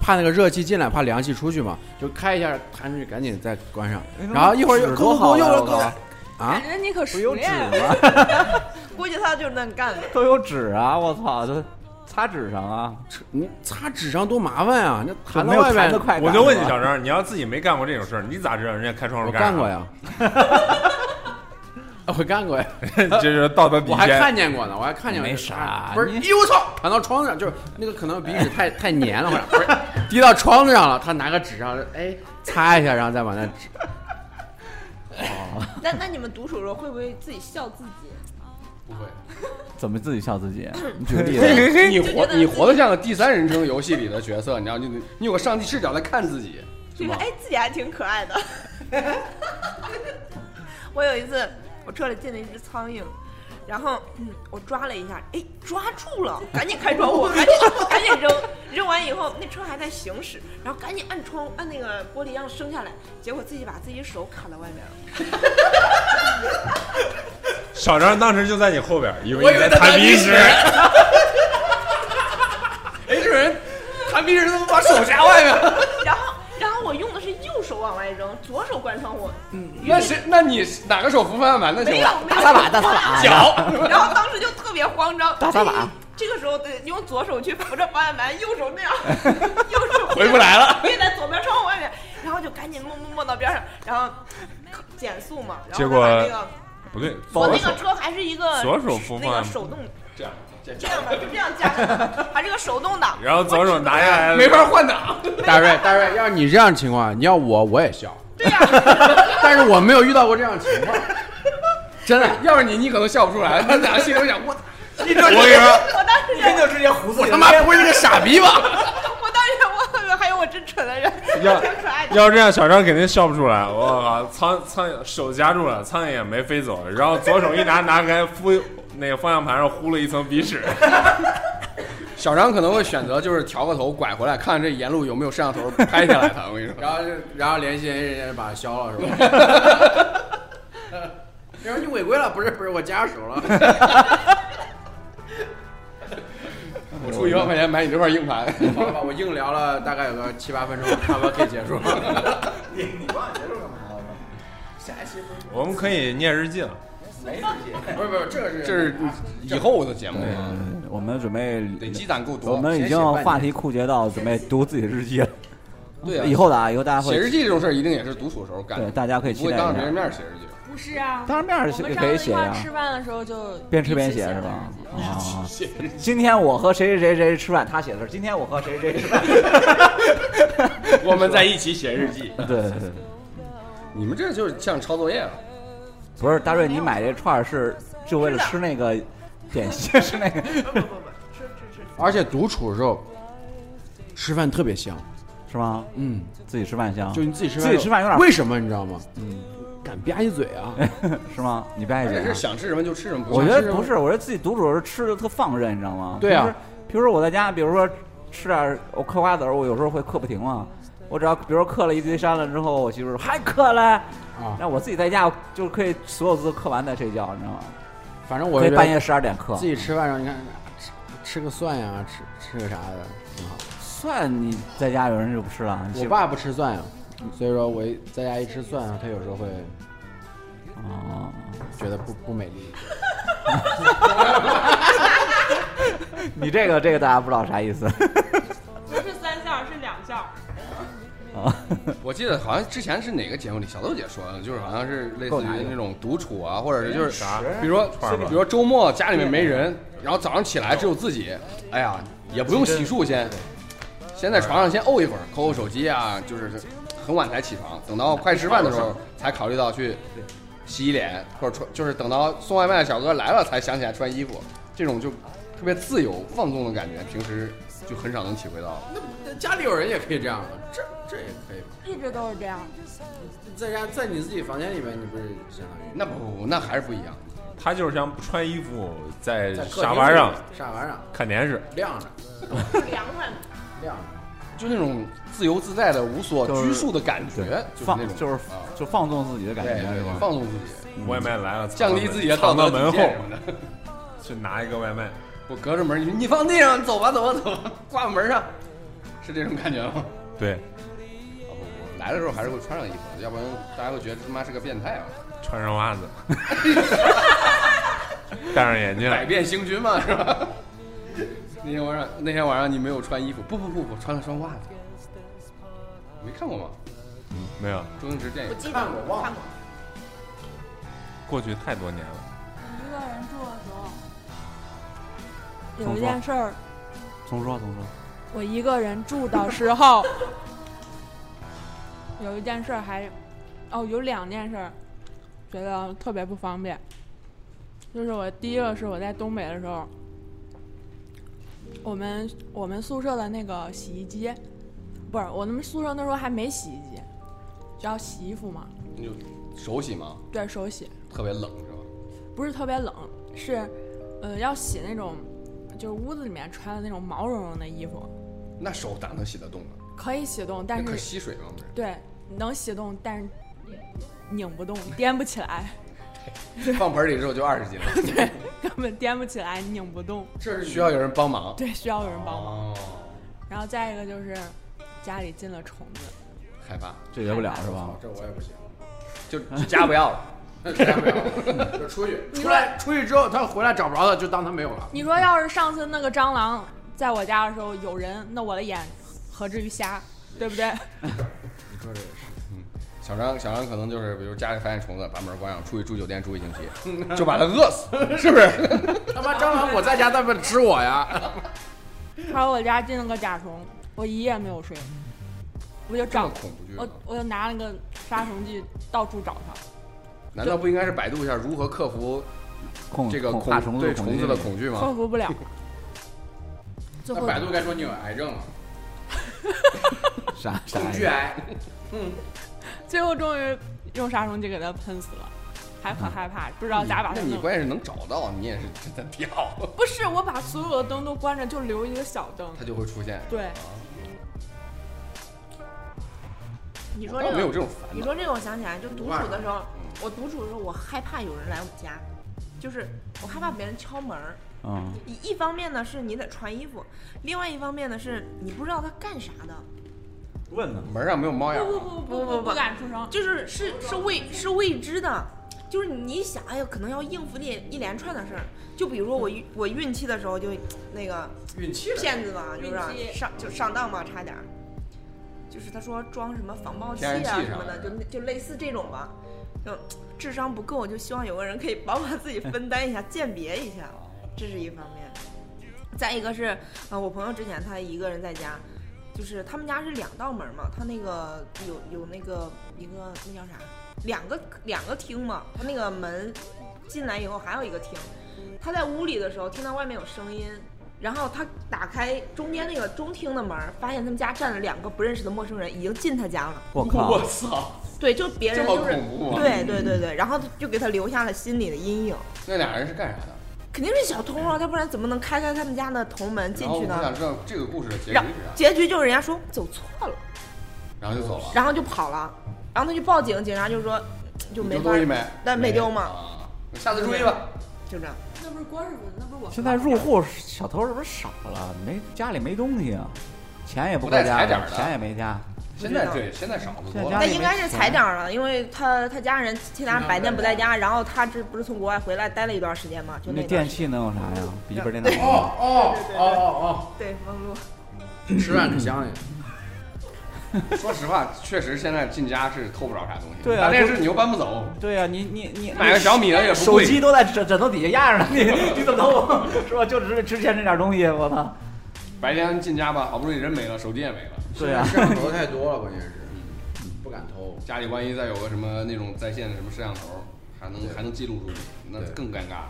怕那个热气进来，怕凉气出去嘛，就开一下弹出去，赶紧再关上，然后一会儿又
纸
抠
哎多
抠
好
抠又
啊，
又
我
抠
靠，
啊
感，觉你可
不啊
熟
有纸
练，啊
吗？
估计他就是那么干的。
都有纸啊，我操，都擦纸上啊，
你擦纸上多麻烦啊，那
就
弹
没
到
有
外
弹
面
的快感。
我就问你
是吧
小张，你要自己没干过这种事儿，你咋知道人家开窗
我
户
干
啥
过？呀， 我干过呀，
这是道德底
我还看
线。
见过呢，我还看见过
没啥
不是，
你
哎呦我操，弹到窗子上，就是那个可能鼻屎太太粘了，或者不是滴到窗子上了，他拿个纸上哎擦一下，然后再把那纸，
那那你们独处的时候会不会自己笑自己？
不会。
怎么自己笑自己？啊你举个 例
嘿
子，
嘿 嘿，你
就
活
觉得
你活得像个第三人称游戏里的角色，你知道，你你有个上帝视角在看自己，是
就是
吗？
哎，自己还挺可爱的。 我有一次，我车里进了一只苍蝇，然后、嗯、我抓了一下，哎，抓住了，赶紧开窗户，赶紧赶紧扔，扔完以后那车还在行驶，然后赶紧按窗按那个玻璃让升下来，结果自己把自己手卡到外面了。
小张当时就在你后边，以为
我以
你
为
在
在
弹
弹
鼻
鼻
屎
屎。哎，这人弹鼻屎都把手夹外面，
然后，然后我用的是右手往外扔，左手关窗户，
嗯
那谁？那你哪个手扶方向盘的情
没有
况？
没有
大撒把，大撒把，啊
脚，
然后当时就特别慌张，
大撒把
哎。这个时候得用左手去扶着保险门，右手那 样，右 手
回不来了，
别在左边窗户外面，然后就赶紧摸摸摸到边上，然后减速嘛，然后
结果
他把那个
不对，
我
左
那
手
个车还是一个
左手扶
那个
方
手动
这样这
这样吧，就这样加的，还是个手动 挡，
然后左手拿下来，
没法换挡，
大瑞，大瑞，要是你这样的情况，你要我我也笑，
对呀、
但是我没有遇到过这样的情况，真的。
要是你，你可能笑不出来。你俩心里想， 我
我跟你说，
我当时
人就直接胡子
他妈不是个傻逼吧？
我当时我还有我真蠢的人，
要
挺可爱的。
要这样，小张肯定笑不出来。我靠，苍苍蝇手夹住了，苍蝇也没飞走，然后左手一拿，拿开敷那个方向盘上糊了一层鼻屎。
小张可能会选择就是调个头拐回来，看看这沿路有没有摄像头拍下来他。我跟你说，
然后就然后联系人，人家就把他消了是 吧？然后你违规了，不是不是，我加手了。
我出一万块钱买你这块硬盘，
好了吧，我硬聊了大概有个七八分钟，差不多可以结束了。
你你忘结束干嘛？下一期
我们可以念日记了，
没时间。
不是不是，这个是
这是以后的节目啊，
嗯我们准备，
得积攒够多。
我们已经话题枯竭到准备读自己的日记了。
对啊
以后的啊，以后大家
写日
会，
记这种事儿，一定也是独处时候干
对
的，
大家可以
不
期
会
待
当着
一
别人
下。
面写日记。
不是啊，
当着面儿
我
写
们上
可以
次
写
一块
呀
儿吃饭的时候就
边吃边
一起
写是
写的
吧
日记？
啊，今天我和谁谁谁吃饭，他写的是今天我和谁谁谁吃饭。
我们在一起写日记，
对对对，对
你们这就是像抄作业啊了。
不是大瑞，你买这串儿是就为了吃那个点心，是那个
不不不不，吃吃吃，
而且独处的时候，吃饭特别香。
是吗？
嗯，
自己吃饭香，
就你自己吃饭，
自己吃饭有点
为什么你知道吗？
嗯，
敢吧唧嘴啊！
是吗？你不爱
而且是？
吃
想吃什么就吃什么，不
啊我觉
想吃什
得
么
不是，我觉得自己独处的时候吃的特放任，你知道吗？
对啊
平时，比如说我在家，比如说吃点儿我嗑瓜子儿，我有时候会嗑不停嘛。我只要比如说嗑了一堆山了之后，我媳妇说还嗑嘞，
啊，
那我自己在家我就可以所有字都嗑完再睡觉，你知道吗？
反正我
可
是
以
觉得
半夜十二点嗑
自。己吃饭上，你看吃吃个蒜呀，吃吃个啥的挺好。
蒜你在家有人就不吃了，你
我
媳妇
爸不吃蒜呀，所以说我一在家一吃蒜，啊他有时候会
哦，
觉得不不美丽。
你这个这个大家不知道啥意 思
不是三项是两项，
啊？
我记得好像之前是哪个节目里小豆姐说的，就是好像是类似
够难
于
的
那种独处啊，或者是就是
啥
比如说
串儿吧
比如说周末家里面没人，然后早上起来只有自己，哎呀也不用洗漱先，先在床上先哦怄一会儿，抠抠手机啊，就是很晚才起床，等到快吃饭的时候才考虑到去洗脸或者穿，就是等到送外卖的小哥来了才想起来穿衣服，这种就特别自由放纵的感觉，平时就很少能体会到。
那家里有人也可以这样，这这也可以。
一直都是这样。
在家在你自己房间里面，你不是相当于
那不不不，那还是不一样。
他就是想不穿衣服在
在客厅
沙发上
里沙发上
看电视。
晾着
凉快。
晾啊
就
着，
那种自由自在的、无所
就是
拘束的感觉，就是那
放
种
就是
啊
就放纵自己的感
对
觉
对
是吧？
放纵自己，
外卖来了，
嗯降低自己的道
藏到
德
门
底
后
线什么的。
去拿一个外卖。
我隔着门，你你放地上，走吧，走吧，走吧，挂门上，是这种感觉吗？
对，
啊不不，来的时候还是会穿上衣服的，要不然大家会觉得他妈是个变态啊！
穿上袜子，戴上眼镜，
百变星君嘛，是吧？ 那天晚上，那天晚上你没有穿衣服，不不不，我穿了双袜子。你没看过吗？
没有，
周星驰电影
我。记得
我忘了
看过，
过去太多年了。
一个人住的时候，
怎
有
么
一
说
件事儿，
从说从说，
我一个人住的时候，有一件事儿还，哦，有两件事儿，觉得特别不方便。就是我第一个是我在东北的时候，我们我们宿舍的那个洗衣机，不是我们宿舍那时候还没洗衣机，只要洗衣服嘛，
你就手洗吗？
对手洗，
特别冷是吧？
不是特别冷，是，呃，要洗那种就是屋子里面穿的那种毛茸茸的衣服，
那手咋能洗得动啊？
可以洗动，
那
但
可
是
吸水吗？不是。
对能洗动，但是拧不动，颠不起来，
放盆里之后就二十斤了，
对，根本颠不起来，拧不动，
这是需要有人帮忙。
对，需要有人帮忙。
哦，
然后再一个就是家里进了虫子，
害怕，哦
解决不了是吧？
这我也不行。
就家不要了，
谁也没有，就 出去，出来，出去之后他回来找不着他，就当他没有了。
你说要是上次那个蟑螂在我家的时候有人，那我的眼何至于瞎，对不对？
你说这个是，
小张，小张可能就是，比如家里发现虫子，把门关上，出去住酒店住一星期， 就把它饿死，是不是？
他妈蟑螂我在家，他们吃 我呀！
还有我家进了个甲虫，我一夜没有睡，我就
这么
找，
恐啊惧吗
我？我就拿了个杀虫剂到处找它。
难道不应该是百度一下如何克服
控
这个
恐
恐
怕虫子
对虫子的
惧
恐惧吗？
克服不了。最
那
后
百度该说你有癌症了，
啥啥
恐惧
呀？
癌。
最后终于用杀虫剂给它喷死了，还很害怕，不知道咋把它
那你
弄。
关键是能找到，你也是真的 屌，
不是，我把所有的灯都关着，就留一个小灯。
它就会出现。
对
啊，
你
我
说
倒
这
没有
个，
这种烦
你
恼。
说这个，我想起来，就独处的时候，我独处的时候，我害怕有人来我家，就是我害怕别人敲门儿。
嗯，
一一方面呢是你得穿衣服，另外一方面呢是你不知道他干啥的，
问呢？
门上没有猫眼
不
儿
不
吗，
不不不，不敢出声。
就是是是未是未知的，就是你想，哎呀，可能要应付一一连串的事儿。就比如说我运我运气的时候就那个
运气 了
骗子嘛，就
运
是
气
上就上当嘛，差点儿。就是他说装什么防爆器
天然
啊
气
什
啥
么的，
的
就那就类似这种吧。就智商不够，就希望有个人可以帮我自己分担一下、鉴别一下，这是一方面。再一个是，呃，我朋友之前他一个人在家，就是他们家是两道门嘛，他那个有有那个一个那叫啥，两个两个厅嘛，他那个门进来以后还有一个厅，他在屋里的时候听到外面有声音，然后他打开中间那个中厅的门，发现他们家站了两个不认识的陌生人，已经进他家了。
我靠！
操，
对，就别
这
人
么
就是
恐怖啊吗？
对对对对，然后就给他留下了心理的阴影。
那俩人是干啥的？
肯定是小偷啊，要不然怎么能开开他们家的头门进
然后
去
我
呢
想？知道这个故事的结局是
然
啥，
结局就是人家说走错了，
然后就走了。
然后就跑了，然后他去报警，警察就说就没
丢
法
东西没？
但没丢嘛
啊下次注意吧。
就这样。
那不是郭师傅，那不是我。
现在入户小偷是不是少了？没家里没东西啊，钱也不搁
不带
家
踩点儿
了，
的
钱也没家。
现在对，现在少得
现
多
在
了
家。
那
里
应该是踩点儿了，因为他他家人其他人白天不在家，然后他这不是从国外回来待了一段时间嘛，就
那
段
电
时间
器能有啥呀？笔记本电
哦
脑。
哦哦哦
对封路。
哦，吃饭是香的。
说实话，确实现在进家是偷不着啥东西。
对啊
大电
就
视你又搬不走，
对呀，你你你
买个小米的也不
手
贵。
机都在枕枕头底下压着呢，你你怎么能是吧？就只是值钱这点东西，我操！
白天进家吧，好不容易人没了，手机也没了。
对啊呀，
摄像头太多了，关键是不敢偷。
家里万一再有个什么那种在线的什么摄像头，还能还能记录住你，那
对
更尴尬了。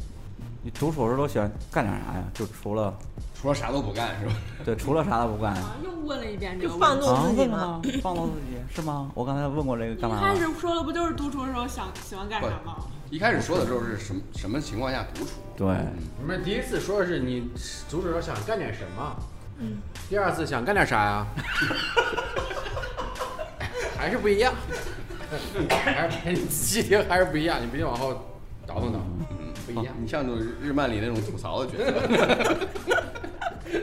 你独处时候都喜欢干点啥呀？就除了
除了啥都不干是吧？
对，除了啥都不干。
好像又问了一遍这
就
个问
放
题。
纵自己
问
嘛，
吗？放纵自己是吗？我刚才问过这个干嘛
一开
了？
始说的不就是独处的时候想喜欢干啥吗？
一开始说的时候是什么什么情况下独处？
对，
我们第一次说的是你阻止他想干点什么，第二次想干点啥呀？ 还是不一样，还是你仔细听，还是不一样，你别往后倒腾倒，嗯，不一样。
你像那种日漫里那种吐槽的角色，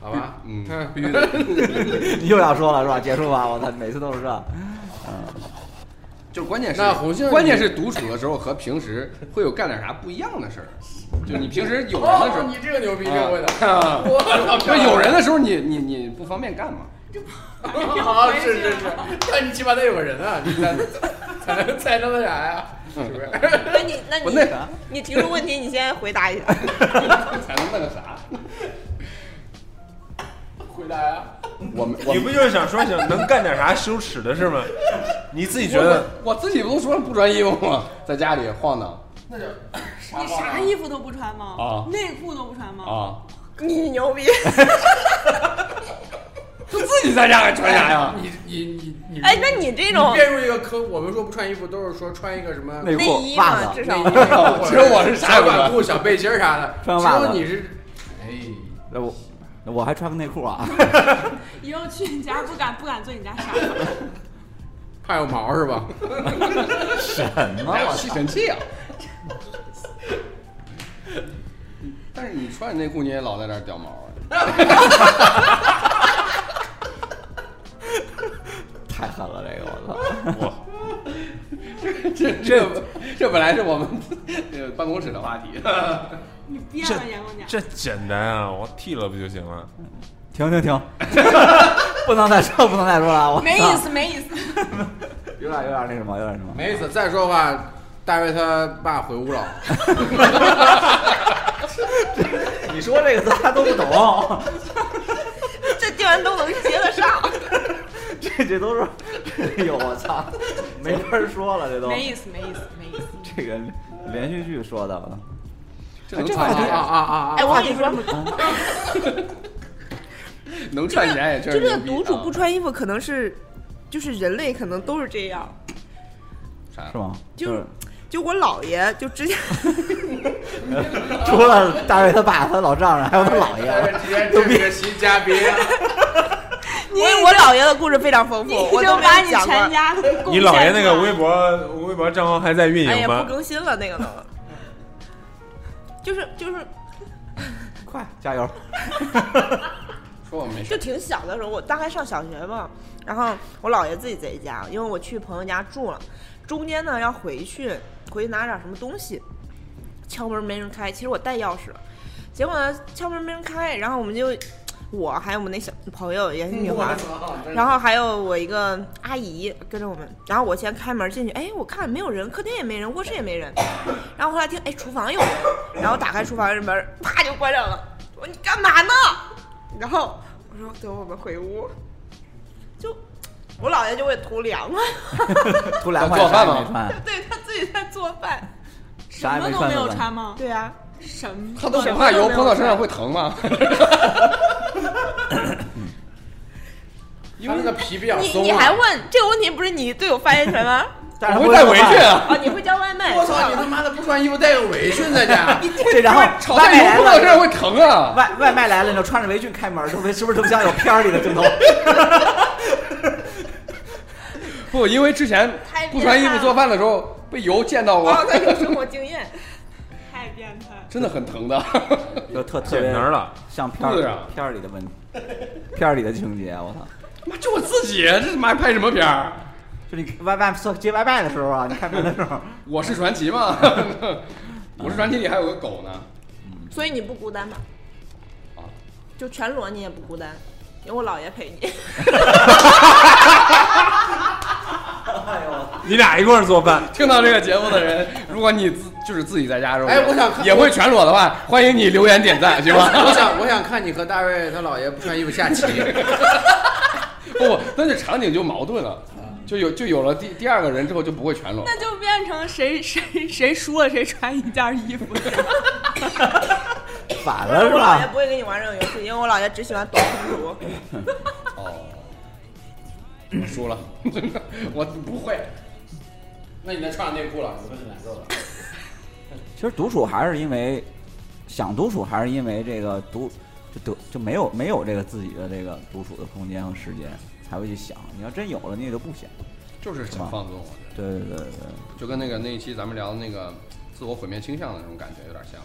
好吧，
嗯
嗯，，
必须得。
你 又要说了是吧？结束吧，我操，每次都是这。
就关键是，
那红杏儿
关键
你
是独处的时候和平时会有干点啥不一样的事儿。就你平时有人的时候，
哦这个牛逼，
啊
问的，
啊
我操
就有人的时候你，你你不方便干嘛？
哎
啊，是是是，但你起码得有个人啊，你才能才能才能那啥呀，是不是？
那你那
不
你
那
你提出问题，你先回 答一下。
才能那个啥？
回答呀，
我 们我
你不就是想说想能干点啥羞耻的事吗？你自己觉得
我我自己不都说了不穿衣服吗？在家里晃荡
你啥衣服都不穿吗？
啊
内裤都不穿吗？
啊，
你牛 逼！
就自己在家还穿啥 呀？
你你你你，
哎，那你这种
你变入一个坑，我们说不穿衣服都是说穿一个什么
内
内
裤
衣
袜
嘛，
子
至少 啊
其实我是啥也
小
不
短
穿
裤、小背心儿啥的，
穿袜子
只有你是，哎，
那我那我还穿个内裤 啊？
以后去你家不敢不敢做你家傻子。
怕有毛是吧？
什么
哎呀吸尘 器啊！但是你穿着内裤，你也老在这儿掉毛啊。
太狠了，这个我操！
我
这这这本来是我们呃办公室的话题。
你变
这
了，阎姑娘。
这简单啊，我剃了不就行了？
停停停，不能再说，不能再说了，啊我
没意思，没意思。
操，有点有点那什么，有点什么。
没意思，再说的话，大卫他爸回屋了。
你说这个词他都不懂，
这竟然都能接得上，
这这都是，哎呦我操，没法说了，这都
没意思，没意思，没意思。
这个连续剧说的，
这能
这
串
话
起
题
来
啊啊啊！
哎，我跟你说，
能串起来也确
就
实
这个
牛逼
独
啊
处不穿衣服，可能是，就是人类可能都是这样。
啥呀
是 吗？
就是就我姥爷，就 之前
除了大卫他爸、他老丈人，还有他姥爷，
今天 这是个新嘉宾，啊
我我姥爷的故事非常丰富，我
你
都
就
没
把
有
你
讲过。
全家都贡
你姥爷
献
那
出
个
来
微博微博账号还在运
哎
营
呀，
吗
不？更新了那个都，就是就是
快加油！
说我没事
就。挺小的时候，我大概上小学吧，然后我姥爷自己在家，因为我去朋友家住了，中间呢要回去，回去拿点什么东西，敲门没人开，其实我带钥匙了，结果呢敲门没人开，然后我们就我还有我们那小朋友也是女孩子，然后还有我一个阿姨跟着我们，然后我先开门进去，哎，我看没有人，客厅也没人，卧室也没人，然后后来听，哎，厨房有人，然后打开厨房的门，啪就关上了。我说你干嘛呢？然后我说等我们回屋，就我姥爷就会图 凉快，
涂两块
做
啥
饭吗
也没穿，
对他自己在做饭。
啥
什
也没
么都
穿
没有
怎么
穿吗？
对啊，
什么？
他都不怕油喷到身上会疼吗？
因为那个皮比较
你
松
你还
啊。
问这个问题不是你对我发言权吗？
但是
我
不
会带
做
围
饭
裙啊！
啊，你会叫外卖？
我操！你他妈的不穿衣服带个围裙在家，
这然后
炒
外
菜
卖
油喷到
来
身上
了，
会疼啊！
外外卖来了，你就穿着围裙开门，特别是不是特别像有片儿里的镜头？
不，因为之前不穿衣服做饭的时候被油溅到过
哇，，他有生活经验，
太变态了！
真的很疼 的。
就特特
剪
别
哪儿了？
像片儿
肚子上
片儿里的问题，片儿里的情节，我操！
妈，就我自己，
啊
这他妈拍什么片儿？
就你外卖做接外卖的时候啊，你开门的时候，
我是传奇 嘛，我是传奇里还有个狗呢。
所以你不孤单吗？
啊，
就全裸你也不孤单，有我姥爷陪你。
你俩一块儿做饭，
听到这个节目的人，如果你自就是自己在家的时候，
哎我想看
也会全裸的话，欢迎你留言点赞，行吗？
我想我想看你和大卫他姥爷不穿衣服下棋。
不不，那这场景就矛盾了，就有就有了第第二个人之后就不会全裸。
那就变成谁谁谁输了谁穿一件衣服。
反
我
了是
姥爷
吧？
不会跟你玩这种游戏，因为我姥爷只喜欢短裤族。
哦，我输了， 真的，我不会。
那你再穿上内裤了，你不是难受了？
其实独处还是因为想独处，还是因为这个独就得就没有没有这个自己的这个独处的空间和时间，才会去想。你要真有了，你也就不想。
就是想放纵，我觉
对对对对对，
得就跟那个那一期咱们聊的那个自我毁灭倾向的那种感觉有点像。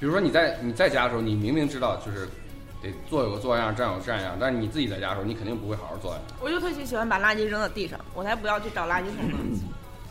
比如说你在你在家的时候，你明明知道就是得坐有个坐样，站有站样，但是你自己在家的时候，你肯定不会好好坐样。
我就特别喜欢把垃圾扔到地上，我才不要去找垃圾桶呢。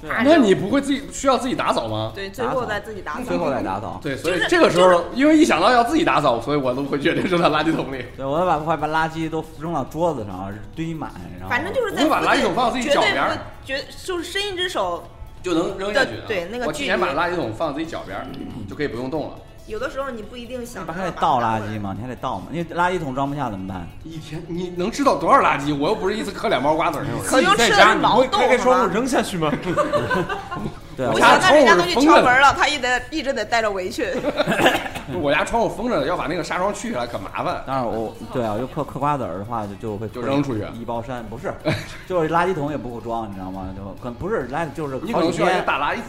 打
那
着
你不会自己需要自己打扫吗？
对，最后再自己打扫
最。后再打扫。
对，所以这个时候，因为一想到要自己打扫，所以我都会决定扔到垃圾桶里。
对，我要把快把垃圾都扔到桌子上，堆满，然后
反正就是在
我会把
附
垃圾
近
桶放自己
绝
脚
对
边儿
不绝就是伸一只手，
就能扔
下去啊对对那个
我提前
距离
把垃圾桶放自己脚边儿，就可以不用动了。
有的时候你不一定
你
想
不
到
还得
把它
倒
拿
垃
过来
圾？吗？你还得倒吗？你垃圾桶装不下怎么办？
一天你能知道多少垃圾？我又不是一次嗑两包瓜子 儿那种人。
可用吃的是毛豆好吗？
扔下去吗？
对，
我
我
家
想到人家
窗户
都
是
去
封
敲
着的
门了，他一得一直得带着 围裙。
我家窗户封着的，要把那个纱窗取下来可麻烦。
当然我对啊，就嗑嗑瓜子儿的话，就就会
就扔出去
一包山，不 是，就是垃圾桶也不够装，你知道吗？就可不是垃圾，就是
你可
好
能
几
需要一个
天，
大垃圾桶。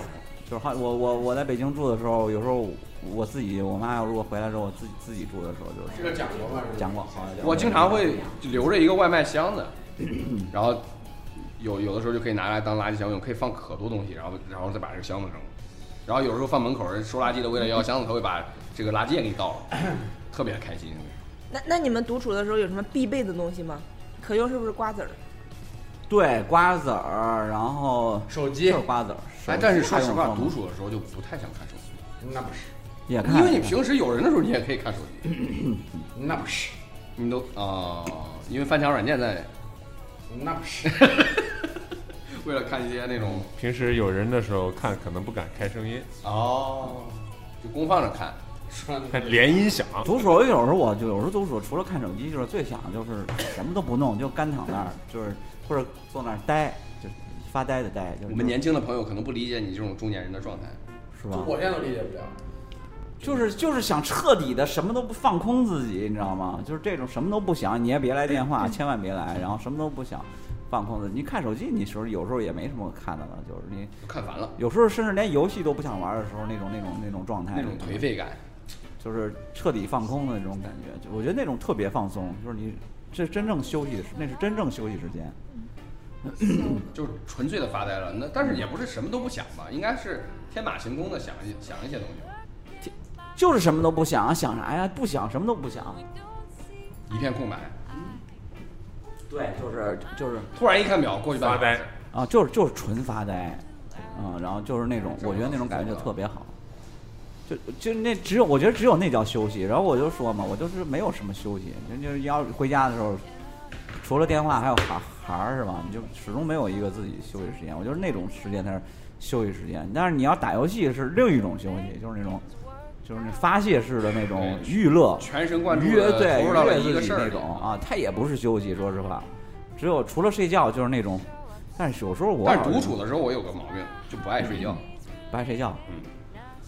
就是好我我我在北京住的时候，有时候我自己我妈要如果回来之后，我自己自己住的时候就是
个讲究嘛，
讲过，好像讲过
我经常会留着一个外卖箱子， 然后有有的时候就可以拿来当垃圾箱用，可以放可多东西，然后然后再把这个箱子扔了。然后有时候放门口，人收垃圾的为了要箱子，他会把这个垃圾也给你倒 了，特别开心。
那那你们独处的时候有什么必备的东西吗？可用是不是瓜子儿？
对，瓜子儿，然后
手机
就是瓜子儿。手
哎，但是
机
说
还
实
用
话，
说吗
独处的时候就不太想看手机，
那不是，
也看，
因为你平时有人的时候你也可以看手机，
那不是，
你都啊、因为翻墙软件在，
那不是，
为了看一些那种
平时有人的时候看，可能不敢开声音，
哦，就公放着看，
说
还连音响。
独处，我有时候我就有时候独处，除了看手机，就是最想就是什么都不弄，就干躺那儿，就是或者坐那儿呆，就是发呆的呆。就是
我们年轻的朋友可能不理解你这种中年人的状态。
是吧？
我现在都理解不了。
就是就是想彻底的什么都不放空自己，你知道吗？就是这种什么都不想，你也别来电 话，千万别来，然后什么都不想，放空自己。你看手机，你时候有时候也没什么可看的了，就是你
就看烦了，
有时候甚至连游戏都不想玩的时候，那种那种那种状态，
那种颓废感。
就是彻底放空的那种感觉。就我觉得那种特别放松，就是你这真正休息的时，那是真正休息时间。
就是纯粹的发呆了。那但是也不是什么都不想吧，应该是天马行空的想一想一些东西，
就是什么都不想，想啥呀？不想，什么都不想。
一片空白。
对，就是就是
突然一看表，过去半
发
个小
呆
时，
啊，就是就是纯发呆，嗯，然后就是那种，我觉得那种感觉就特别好，就就那只有我觉得只有那叫休息。然后我就说嘛，我就是没有什么休息，就就是要回家的时候，除了电话还有孩孩儿是吧？你就始终没有一个自己休息时间。我觉得那种时间才是休息时间。但是你要打游戏是另一种休息，就是那种就是那发泄式的那种
对
娱乐，
全神贯注
愉
地
悦对
投入到了
愉
一
悦
个
自己
事儿
那
里
种。啊，它也不是休息，说实话，只有除了睡觉就是那种。但是有时候我
但
好
是
像
独处的时候，我有个毛病，就不爱睡觉。
不爱睡觉，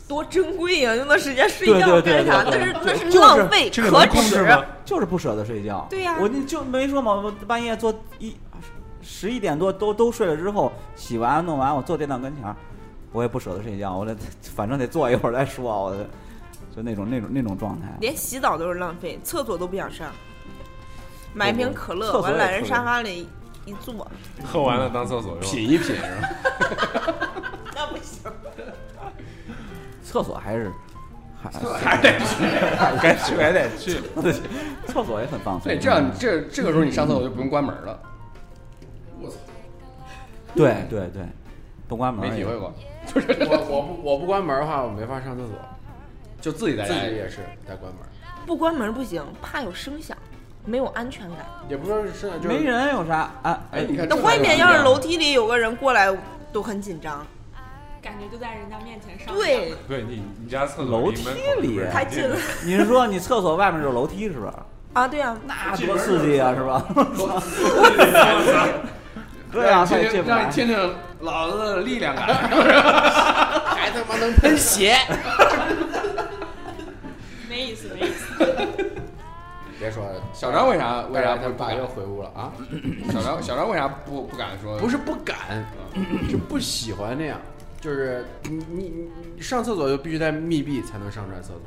多珍贵呀、用那时间睡
对
觉干
对对
啥？那
对
是
对
那是
就是
浪费，
这个
可
能控制
耻。啊
吗？
就是不舍得睡觉。
对呀
我那就没说嘛，我半夜做一十一点多都都睡了之后，洗完弄完，我坐电脑跟前儿，我也不舍得睡觉，我这反正得坐一会儿再说，啊我这就那种那种那种状态。
连洗澡都是浪费，厕所都不想上。买一瓶可
厕
乐，
所
往
也
懒人
特别
沙发里一坐，
喝完了当厕所用。
品一品是吧？
那不行。
厕所还是还
还得去。
该去还得去，
厕所也很放松。嗯
对，这样这这个时候你上厕所就不用关门了，
哎
我操！
对对对，不关门
没
儿
体
也
会过，
我我不我不关门的话，我没法上厕所，
就自己在
自
家
己也
也
是在关门，
不关门不行，怕有声响，没有安全感。
也不是是就是
没人有啥啊？
哎，你看
那
这
外面
就
要
不一
是
样
楼梯里有个人过来，都很紧张。
感觉就在人家面前上。
对，，
对你你家厕所
楼
离
梯
门口
里
是不是
太
很
近了
你是说你厕所外面有楼梯是吧？
啊，对啊，那
那多刺激啊，是吧？
啊
对
让
啊，太
你
进
听
不
听
来
让你听听老子的力量感。
还他妈能喷血！
没意思，没意思。
别说了，
小张为啥为啥
他
不不
爸
敢
又？回屋了啊？
小张小张为啥不不敢说？
不是不敢，是不喜欢那样。就是你你你上厕所就必须在密闭才能上出来厕所，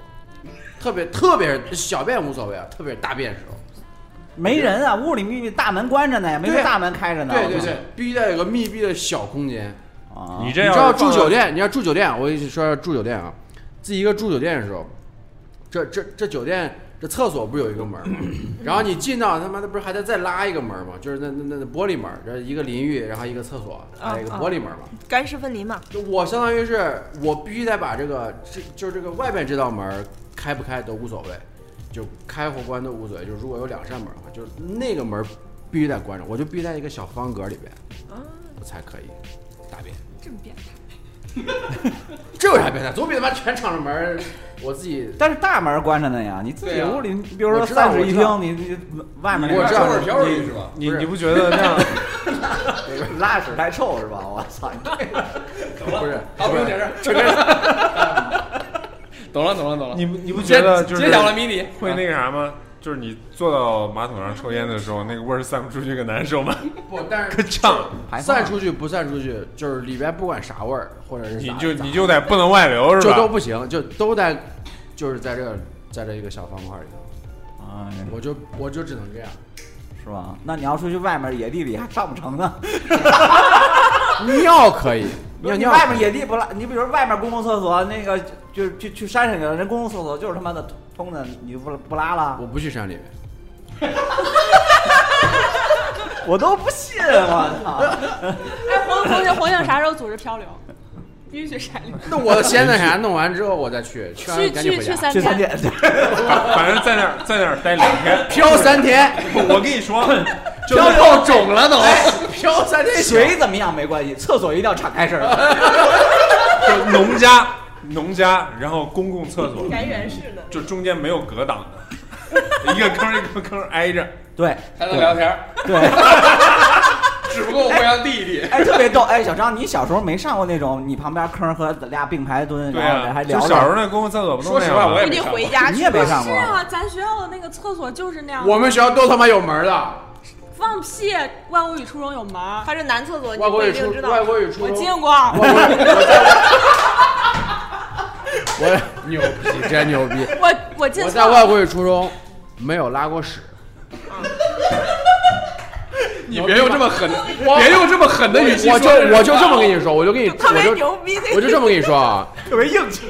特别特别是小便无所谓啊，特别是大便时候。
没人啊，屋里秘密大门关着呢，也没说
对啊
大门开着呢。
对
我
对
看
对，必须在有个密闭的小空间。
啊，
你
你
这
知
要
道
是
住
放
酒店，你要住酒店，我跟你说住酒店啊，自己一个住酒店的时候，这这这酒店这厕所不是有一个门吗？然后你进到他妈的不是还得再拉一个门吗？就是那那那那玻璃门，这一个淋浴，然后一个厕所，还有一个
啊
玻璃门嘛。
干湿分离嘛。
就我相当于是我必须得把这个这就是这个外面这道门开不开都无所谓，就开或关都无所谓。就如果有两扇门的话，就是那个门必须得关上，我就必须在一个小方格里边，
啊，
我才可以大便。
这么变态，
这有啥变态？总比他妈全敞着门儿，我自己
但是大门关着呢呀，你自己
对啊
屋里，你比如说
我知道
三室一
我知道
厅，你你外面那
我
个
知道是飘出去是吧？
你
不是
你不觉得那样？
拉屎太臭是吧？我操！
不 是
好，不用解释，就这样。懂了，懂了，懂了。
你不你不觉得就是
揭晓了谜底？
会那个啥吗？就是你坐到马桶上抽烟的时候，那个味儿散不出去，可难受吗？
不，但
可
是
呛，
排放
散出去不散出去，就是里边不管啥味儿，或者是
你
咋
就
咋
你就得不能外流是
就都
吧？
不行，就都在就是在这个在这一个小方块里头，
哎，
我就我就只能这样。
是吧？那你要出去外面野地里还上不成呢。
尿可以，尿
你
尿
外
可
面
以
野地不拉，你比如说外面公共厕所，那个就就去去山上去了，人公共厕所就是他妈的通的，你就不不拉了
我。不去山里面。
我都不信，我操！
哎，红红红影啥时候组织漂流？ 必须去山里。
那我先那啥弄完之后，我再去，去完
去
赶紧
去
回
去
家，
三
去三
天，
点，
反反正在那儿在那儿待两天。
飘三天，
我跟你说，就
飘
是
到肿了 都，飘三天
水怎么样没关系，厕所一定要敞开式的。
就农家农家，然后公共厕所，
田园式的，
就中间没有隔挡的， 一个坑一个坑挨着。
对
还能聊天儿，
对。
只不过互相弟弟。
哎，特别逗！哎，小张，你小时候没上过那种你旁边坑和俩并排蹲，
对
然后
啊，
还
就
聊
小时
着，
候那公共厕所不都
说
那
实
样
话，
吗
我也
一
没
定
上
回家
你
去
也没上
是
过。
啊，咱学校的那个厕所就是那样。
我们学校都他妈有门儿的，
放屁！万物语初中有门儿，
他是男厕所，你
外
不
国
一
语
定
初
知，
外
道。
国语初
我
中
进，过。
我牛逼，真牛逼！
我我进
我
厕
在外国语初中没有拉过屎，
你别用这么狠，
我
别用这么狠的语气说
我就
这种话
我就这么跟你说，我就跟你，
特别
我就
牛逼，那
我就这么跟你说啊，
特别硬气，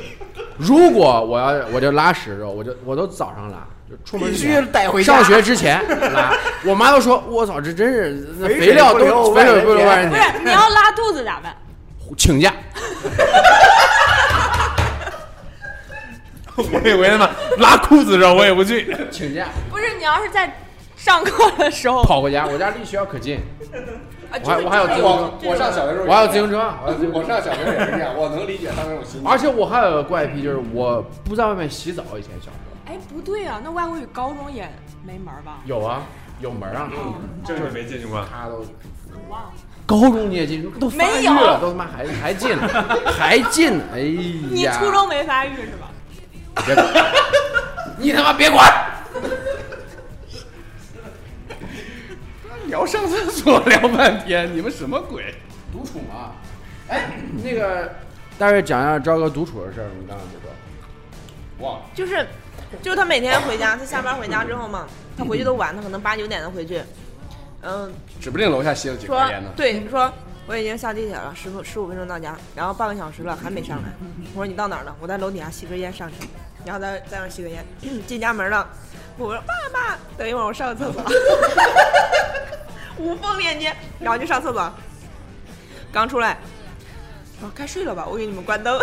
如果我要我就拉屎的时候，我就我都早上拉，就出 门
必
之
须
前
带回家。
上学之前拉，我妈都说，我操，这真是那
肥
肥料
水不流
都
外
肥水
人
不流
田
外人
不
田，
是你要拉肚子咋办？
请假。
我以为他妈拉裤子上我也不去。
请假
不是你要是在上课的时候，
跑回家，我家离学校可近，
啊
我还我还有自行车，
我我上小学时候，
我还有自行车，我还有自行车
我上小学也是这样，我能理解他那种心情。
而且我还有个怪癖，就是我不在外面洗澡。以前小时候
哎，不对啊，那外国语高中也没门儿吧？
有啊，有门啊，
这你没进去过？
他都
我忘了。
高中你也进，都发
没
育
有
了，都他妈还还进，还进，哎呀！
你初中没发育是吧？
别管，你他妈别管！
聊上厕所聊半天，你们什么鬼？
独处嘛，哎，那个大概讲一下昭哥独处的事儿，你刚刚不说，
忘了，
就是，就是他每天回家，他下班回家之后嘛，他回去都晚，他可能八九点才回去。嗯，
指不定楼下吸了几
说
根烟呢。
对，说我已经下地铁了，十分十五分钟到家，然后半个小时了还没上来。我说你到哪儿了？我在楼底下吸根烟上去，然后再再让吸根烟， 进家门了。我说爸爸，等一会儿我上个厕所， 无缝链接，然后就上厕所。刚出来，我说哦该睡了吧，我给你们关 灯。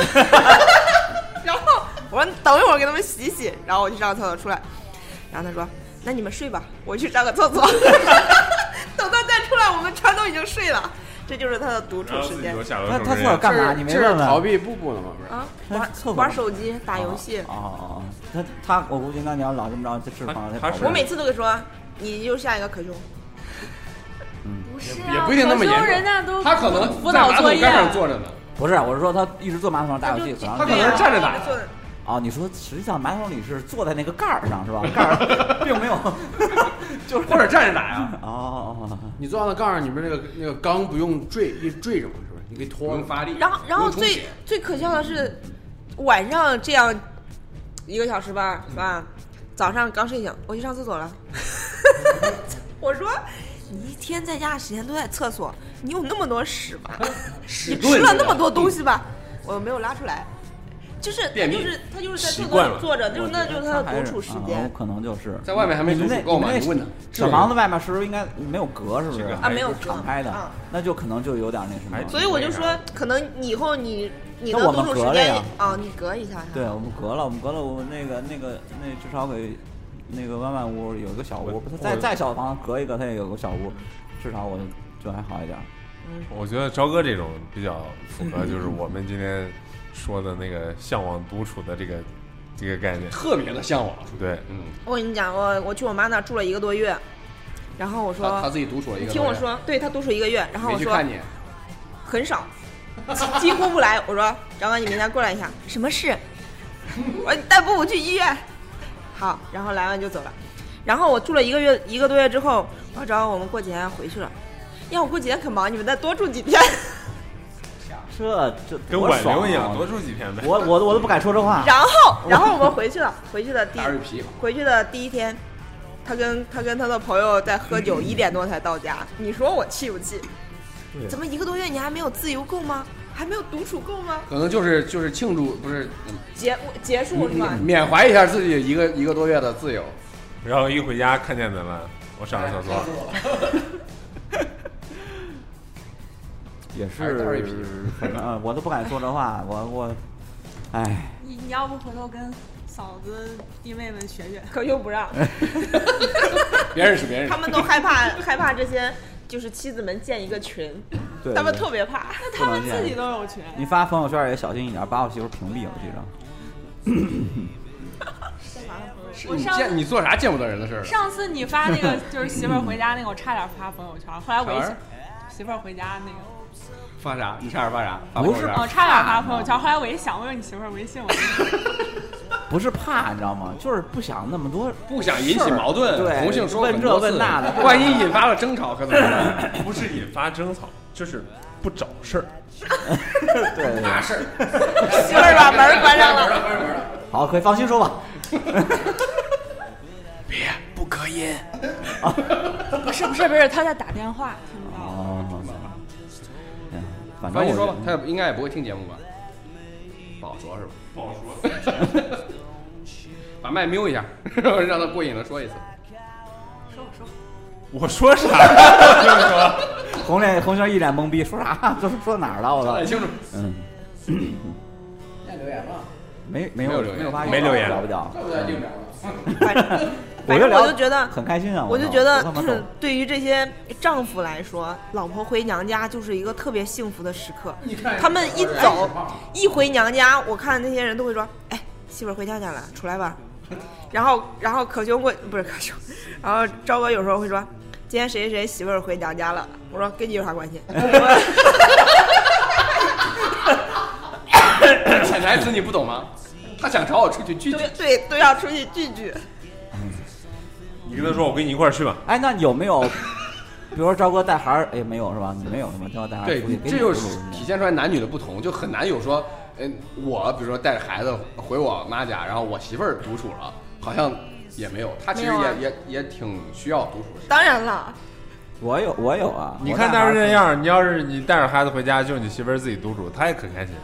然后我说等一会儿给他们洗洗，然后我去上个厕所出来，然后他说那你们睡吧，我去上个厕所。 等他再出来，我们全都已经睡了。这就是他的独处
然后
时
自己
间
有下楼
他
什
他
么
厕所
人？
干嘛？
这
你
是
没
这是
问
逃
问？
避布布呢吗？不是，
啊，
他
玩
厕所
玩手机、打游戏
哦。哦哦，他他我估计那你要老这么着，这脂肪得
他
跑
他是
不
我
了
每次都会说，你就下一个可凶。
不是啊
也
啊
不一定那么严重
可是人家都
他可能
辅
在
导
马
作
桶
业
盖上坐着呢，
不是，我是说他一直坐马桶上打
就
游戏，
他
可能
可能是站着打的
坐着
哦，你说实际上马桶里是坐在那个盖儿上是吧？盖儿并没有， 就是
或者站着打呀，
哦哦哦，
你坐到杠上，你们那个那个缸不用坠一坠着嘛，是不是？你给
不
拖
用
了。
发力。
然后，然后
不用充
最
血
最可笑的是，晚上这样一个小时吧，是吧？早上刚睡醒，我去上厕所了。 我说，你一天在家的时间都在厕所，你有那么多屎吧？你吃了那么多
嗯
东西吧？我没有拉出来，就是他
便秘
就是他就是在
习
厕所
惯
里
了
坐着，就是那
我
就
觉
是
得
他
还
的独处时
啊
间
可能就是
在外面还没
你
独
们
处
那
够嘛？
你们
你问他，
小房子外面是不是应该没有隔？是不是
这个
啊，没有
敞
隔
开的
嗯？
那就可能就有点那什
还
么。
所以我就说
那样，
可能以后你你的
那我
独
们
处
隔
时
了
间
呀
啊，你隔一下哈。
对，我们隔了，我们隔了，我那个那个那至少给那个弯弯屋有一个小屋，不是再再小的房子隔一个，它也有个小屋，至少我就还好一点。
我觉得朝哥这种比较符合，就是我们今天说的那个向往独处的这个这个概念。
特别的向往。
对，
嗯，
我跟你讲，我我去我妈那儿住了一个多月，然后我
他他
说，
自己独处了一
你
个。
听我，说，对她独处一个月，然后
没
我
去
说
看你，
很少， 几乎不来。我说张哥，你明天过来一下，什么事？我说你哎带布布去医院。好，然后来完就走了。然后我住了一个月一个多月之后，我找我们过节回去了。哎要我过节可忙，你们再多住 几天。
这这
跟
多
挽
爽
留一样，
啊
多住几天呗。
我我我都不敢说这话。
然后，然后我们回去了，回去的第
打水皮。
回去的第一天，他跟他跟他的朋友在喝酒，一点多才到家。你说我气不气？怎么一个多月你还没有自由够吗？还没有独处够吗？
可能就是就是庆祝，不是嗯
结结束是
嗯
吗？
缅怀一下自己一个一个多月的自由。
然后一回家看见咱们，我上个厕所，
也
还
哎
是
是二一批
反正啊我都不敢说这话，我我，哎，
你你要不回头跟嫂子弟妹们学学？
可又不 让，
别认识别人
他们都害怕害怕这些，就是妻子们建一个群，
对，
他们
对
特别怕。
不能这样。
都有群，
你发朋友圈也小心一点，把我媳妇屏蔽了，我记着。
是
我
你
上
见你做啥见不得人的事儿了？
上次你发那 个就是媳妇儿回家那个，我差点发朋友圈，后来我一
啥玩
想
意，
媳妇儿回家那个，
发啥？你差点发啥？
不是
发
我差点发朋友圈，后来我一想，我有你媳妇儿微信，我
不是怕，你知道吗？就是不想那么多。
不想引起矛盾，
对
同性说
问
很多次
这问那的
万一引发了争吵可怎么
哎
办？
不是引发争吵，就是不找事 儿。
对对对，
事儿，
媳妇儿把门儿关上了，
好，可以放心说吧。
不是不是不是，他在打电话，听不
嗯
到。
哦，行，反
放
正
心说
我
吧，他也应该也不会听节目吧？不好说是吧？
不好说。
把麦瞄一下， 让他过瘾的说一次。
我说啥呀？听你说。
红脸红星一脸懵逼，说啥？说说哪儿了？我
交
操
哎代！清楚，
嗯，没没
没有
有
留言
没有发言，
没留言
聊不了。
反正
我
反
就
正
聊，
我就觉得
很开心啊！
我就
操
觉得
我他妈懂
对于这些丈夫来说，老婆回娘家就是一个特别幸福的时刻。他们一走，一回娘家，我看那些人都会说：“哎，媳妇儿回家去了，出来吧。”然后，然后可兄会不是可兄， 然后朝哥有时候会说：“今天谁谁谁媳妇儿回娘家了。”我说：“跟你有啥关系？”
潜台词你不懂吗？他想找我出去聚
对
聚，
对， 都要出去聚聚。
你跟他说，我跟你一块儿去吧。
哎，那有没有？比如说朝哥带孩儿，哎，没有是吧？你没有是吧？朝哥带孩儿
对
出去，，
这就是
给
体
你
现出来男女的不同，就很难有说，嗯，我比如说带着孩子回我妈家，然后我媳妇儿独处了，好像也没有，她其实
没
也、
有啊
也也挺需要独处的时间。
当然了，
我有我有啊！
你
我
看
带
他
孩
是
儿
这样，你要是你带着孩子回家，就你媳妇儿自己独处，她也可开心。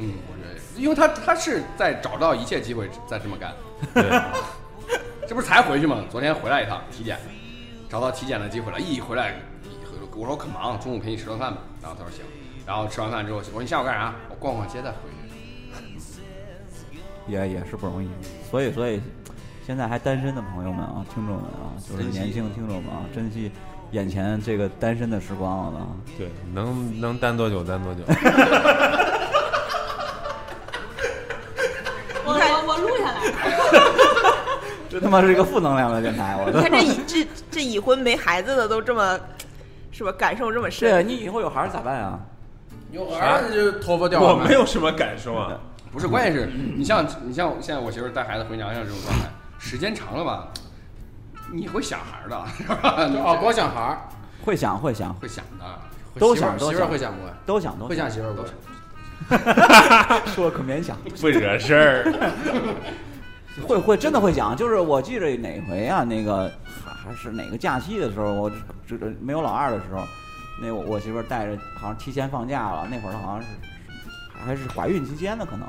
嗯，我觉得也是，因为她她是在找到一切机会再这么干，
对，
这不是才回去吗？昨天回来一趟体检，找到体检的机会了，一回来一回我说我很忙，中午陪你吃顿饭吧，然后他说行，然后吃完饭之后我说你下午干啥？我逛逛街再回去。
也也是不容易。所以，所以现在还单身的朋友们啊，听众们啊，就是
珍惜
年轻听众们啊，珍惜眼前这个单身的时光啊！
对，能能单多久单多久。
我我我录下来，
这他妈是一个负能量的电台，我
你
都。
看这已这这已婚没孩子的都这么，是吧？感受这么
对啊
深，
你以后有孩儿咋办啊？
有儿子就头 发掉
我
了嘛。
没有什么感受 啊。
不是，关键是你像你像现在我媳妇儿带孩子回娘家这种状态，时间长了吧，你会想孩儿的， 是吧？你
哦，光想孩儿，
会想会想
会想的，
都
媳妇儿
想都
媳妇儿
想
会想不会？
都想都
会想媳妇儿不会？
说可勉强，
不惹事儿。
会会真的会想。就是我记着哪回啊，那个还还是哪个假期的时候，我这这没有老二的时候，那我我媳妇儿带着好像提前放假了，那会儿她好像是还还是怀孕期间呢，可能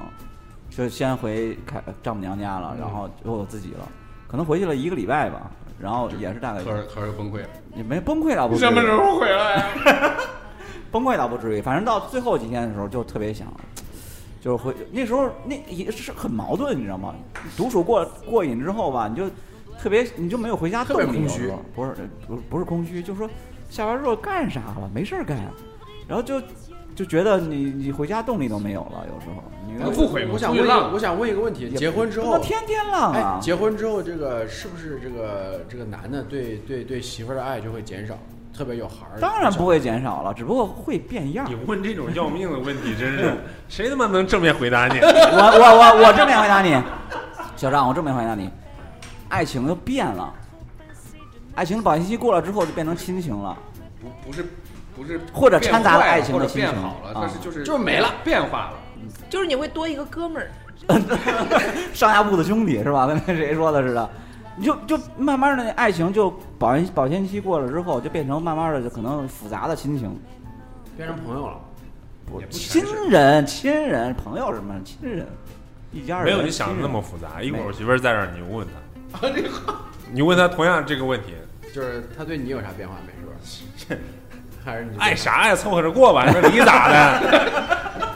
就先回开丈母娘家了，然后就我自己了，可能回去了一个礼拜吧，然后也是大概
可是可是崩溃了，
也没崩溃倒不
你
至于
什么时候回来？
崩溃倒不至于，反正到最后几天的时候就特别想，就是回那时候那也是很矛盾，你知道吗？独处过过瘾之后吧，你就特别你就没有回家
特
动力，
别空
有
虚
时候不是不是不是空虚，就说下班之后干啥了？没事儿干，然后就就觉得你你回家动力都没有了，有时候你
后悔吗
我想
出去
问一个，
浪
我想问一个问题：
也
结婚之
不
后
能，天天浪
哎
啊，，
结婚之后这个是不是这个这个男的对对对媳妇儿的爱就会减少，特别有孩儿？
当然不。会减少了，只不过会变样
你。问这种要命的问题，真 是谁他妈能正面回答 你？
我我我我正面回答你，小张，我正面回答你，爱情就变了，爱情的保鲜期过了之后就变成亲情了，
不不是不是，
或者掺杂了爱情
或
的
者
心情
变好了，
啊
但是就是
就是没了，
变化了。
就是你会多一个哥们儿。
上下铺的兄弟是吧？跟那谁说的似的，你就就慢慢的爱情就保鲜保鲜期过了之后，就变成慢慢的就可能复杂的亲情，
变成朋友了。
不
也不全
亲
是
人、亲人、朋友什么亲人，一家人
没有你想的那么复杂。一会儿我媳妇儿在这儿，你问她，
啊，这个
你问她同样这个问题，
就是他对你有啥变化没？是吧？还是你
爱啥呀？凑合着过吧。你说你咋的？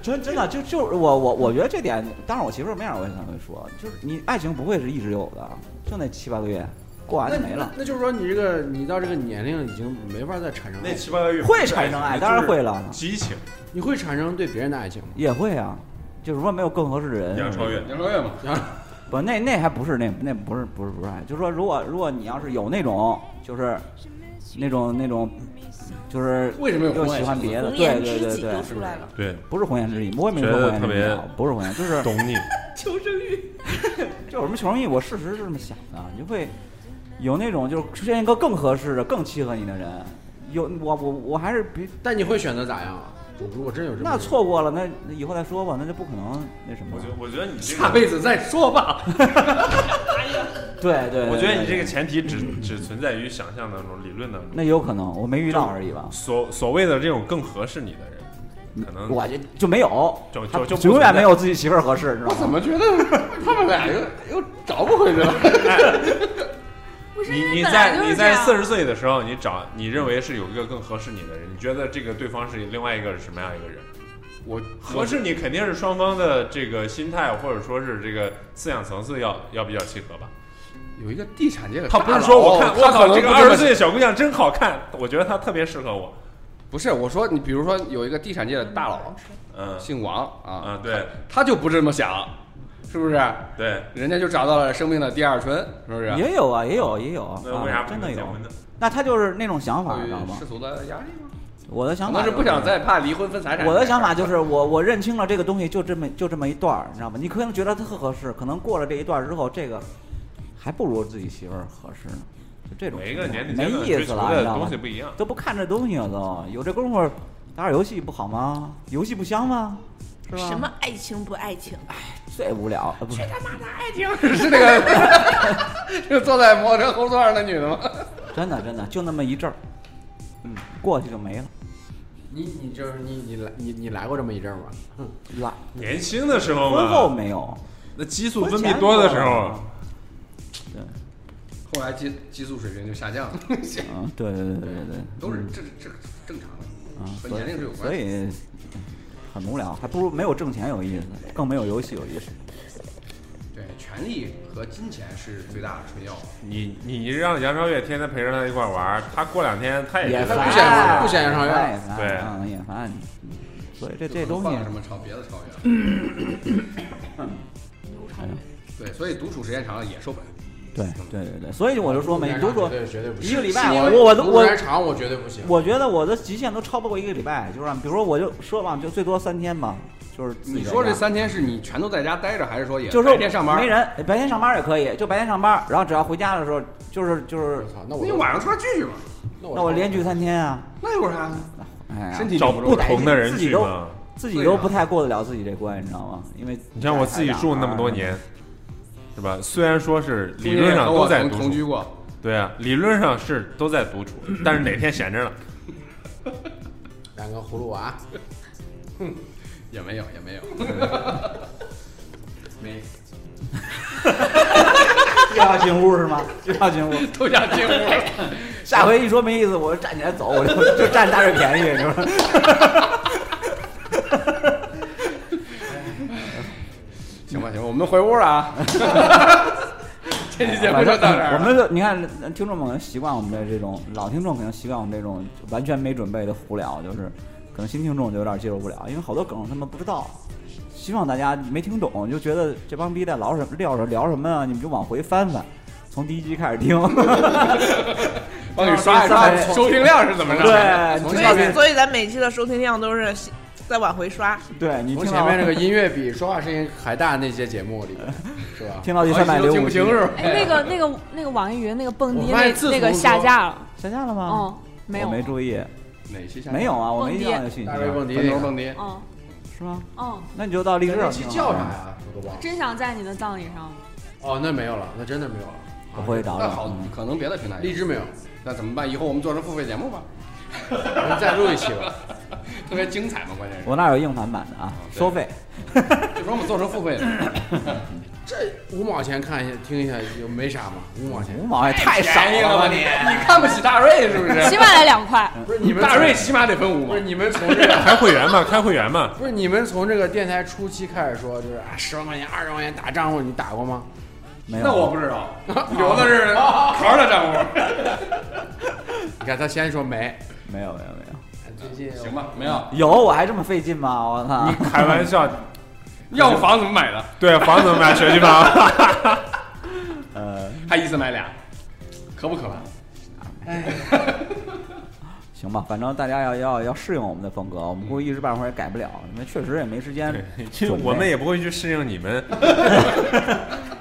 真真的就就是我我我觉得这点，当然我媳妇儿没让我也想会说，就是你爱情不会是一直有的，就那七八个月，过完
那
就没了。
那就是说，你这个你到这个年龄已经没法再产 生
那
爱，
七八个月
会产生爱当然会了
激情，
你会产生对别人的爱情吗？
也会啊，就如果没有更合适的
杨
人，
超越，
杨超越嘛，
啊
不，那那还不是那那不是不是不是爱，就是说如果如果你要是有那种就是那种那种就是
为什么有
又
婚外
喜欢
情
别的，
红
对
颜
对
知
对
己
对
又，出来了，
对，
不是红颜知己，我也没
觉
说
得
红颜
特
知己
别
好，不是红颜，就是
懂你。
求生欲。
就有什么求生欲，我事实是这么想的，你会有那种就是出现一个更合适的、更契合你的人。有我我我还是比
但你会选择咋样啊？如果真有这么
那错过了，那那以后再说吧，那就不可能那什么
我
了
觉。我觉得你这
下
个，
辈子再说 吧。
对对对
我觉得你这
对
个前提只只存在于想象当中、理论当中。
那有可能，我没遇到而已吧。
所所谓的这种更合适你的人，可能
我就就没有，
就
他
就就不
永远
存在
没有自己媳妇儿合适，知道
我
吗？
怎么觉得他们俩又 又找不回去了？
不是
哎 你
因为
你
本来就
在
是
你
这
在
样
四十岁的时候，你找你认为是有一个更合适你的人，你觉得这个对方是另外一个是什么样一个人？
我
合适你肯定是双方的这个心态或者说是这个思想层次要要比较契合吧。
有一个地产界的
他
大佬，
不是说我看我
他可
靠
能
这个
不这么
二十岁的小姑娘真好看，我觉得她特别适合我。
不是我说你，比如说有一个地产界的大佬，
嗯
姓王啊，
嗯，对
他就不这么想，是不是？
对，
人家就找到了生命的第二春，是不是？
也有啊，也有也有
那为啥
啊，
不
真
能
的
结
有
婚。呢？
那他就是那种想法，
对
知道吗
世？俗的压力吗？
我的
可
想法
能是
就
不想再怕离婚分财产。
我的想 法就是我，我认清了这个东西就这么就这么一段儿，你知道吗？你可能觉得它特合适，可能过了这一段儿之后，这个还不如自己媳妇儿合适呢。就这种
每一个
情况
年龄阶
没
段
意
追
思
求
了，你
的
知道
东
吗
西？不一样。
都不看这东西了都，有这功夫打会儿游戏不好吗？游戏不香吗？是吧？
什么爱情不爱情？啊
最无聊？呃不是，
是那个，就坐在摩托车后座上的女的吗？
真的真的就那么一阵儿，嗯，过去就没了。
你你就是你你来你你来过这么一阵儿吗？
来，
年轻的时候
婚后
嘛，
没有，
那激素分泌多的时候，
后来激激素水平就下 降了，
嗯，对对对对对对，
都是
嗯
这这正常的
啊，，
和
所
年龄是有
以
关
所
系。
以很无聊，还不如没有挣钱有意思，更没有游戏有意思。
对，权力和金钱是最大的春药。
你你让杨超越天天陪着她一块儿玩儿，她过两天她也觉得
烦
哎不显不显
上
也
院
啊烦也烦，
对
嗯，也烦。所以这这
就不
东
能
西
放，
嗯
什么超别的超越。对，所以独处时间长了也受不了。
对对对对，所以我就说没独处，
对绝对不行。
一个礼拜
是因
我
为
我都
独处时
我
间长我绝对不行。
我觉得我的极限都超不过一个礼拜，就是比如说我就说吧，就最多三天吧，就是自己
你
在
说这
家
三天是你全都在家待着，还是说也
就是
白天上班？
没人，白天上班也可以，就白天上班，然后只要回家的时候，就是就是
我，操，那
那
我
你
就
晚上出来聚聚吧，
那我连续三天啊，
那有啥？
哎呀，
身体
找
顶
不
着
同的人
自己
去
都
嘛。
自己都不太过得了自己这关，你知道吗？因为
你像我自己住那么多 年，是吧？虽然说是理
中
论
间
上
和
都
我
在
同
独
同居
处，
过，
对啊，理论上是都在 独处，但是哪天闲着了，
两个葫芦娃，
也没有也没有。没，
又要进屋是吗？又要进屋，
都想进屋了。
下回一说没意思，我就站起来走，我就就占大家这便宜，你说？
行吧行吧，我们回屋了啊。这期节目
反
就
正
到这儿啊了。
我们就你看，听众们可能习惯我们的这种老听众可能习惯我们这种完全没准备的胡聊，就是可能新听众就有点接受不了，因为好多梗他们不知道。希望大家没听懂，就觉得这帮逼在聊什么聊什么聊什么啊，你们就往回翻翻，从第一集开始听。
帮你刷一刷收听量是怎么着？
对
从
所
这
下面
以，所以咱每期的收听量都是在往回刷。
对你
从
听
前
到
面那个音乐比说话声音还大那些节目里边，是吧？
听到第
好
三
几
百
啊
期都
六
听
五
不清是吧？
哎，那个那个那个网易云那个蹦迪
我发
那
现自
那个
从
下
说
架了，
下架了吗？
嗯，没有，
我没注意，
哪期下？
没有啊，我没
蹦迪
听到有信息
大卫蹦迪，
分头蹦迪。
嗯
是吗？
嗯，
那你就到荔枝
那
上
期
听了
叫啥呀？我都忘了。
真想在你的葬礼上，
哦，那没有了，那真的没有了。啊
我回去找
那
找。
好
嗯，
可能别的平台
荔枝没有，
那怎么办？以后我们做成付费节目吧，
我们再录一期吧。
特别精彩嘛。关键是，
我那儿有硬盘版的啊，
对
收费。
就说我们做成付费的，
这五毛钱看一下，听一下就没啥嘛，五毛钱。
五毛也太少
便宜
了
了吧
吧
你？
你？
你看不起大瑞是不
啊
是？
起码得两块。
不是你们
大瑞起码得分五
不
毛
是。你们从这个，
开会员嘛，开会员嘛
不是你们从这个电台初期开始说，就是啊十万块钱、二十万块钱打账户，你打过吗？
没有，啊
那我不知道，有的是壳的账户。
你看他先说没，
没有没有没
最近
行吧，没有。
有，有我还这么费劲吗？我 操！
开玩笑，
要不房怎么买的？
对，啊房怎么买？学区 房？
呃，
还一次买俩，可不可怕？
行吧，反正大家要要要适应我们的风格，我们估计一时半会儿也改不了，因为确实也没时间
就
准备
我们也不会去适应你们，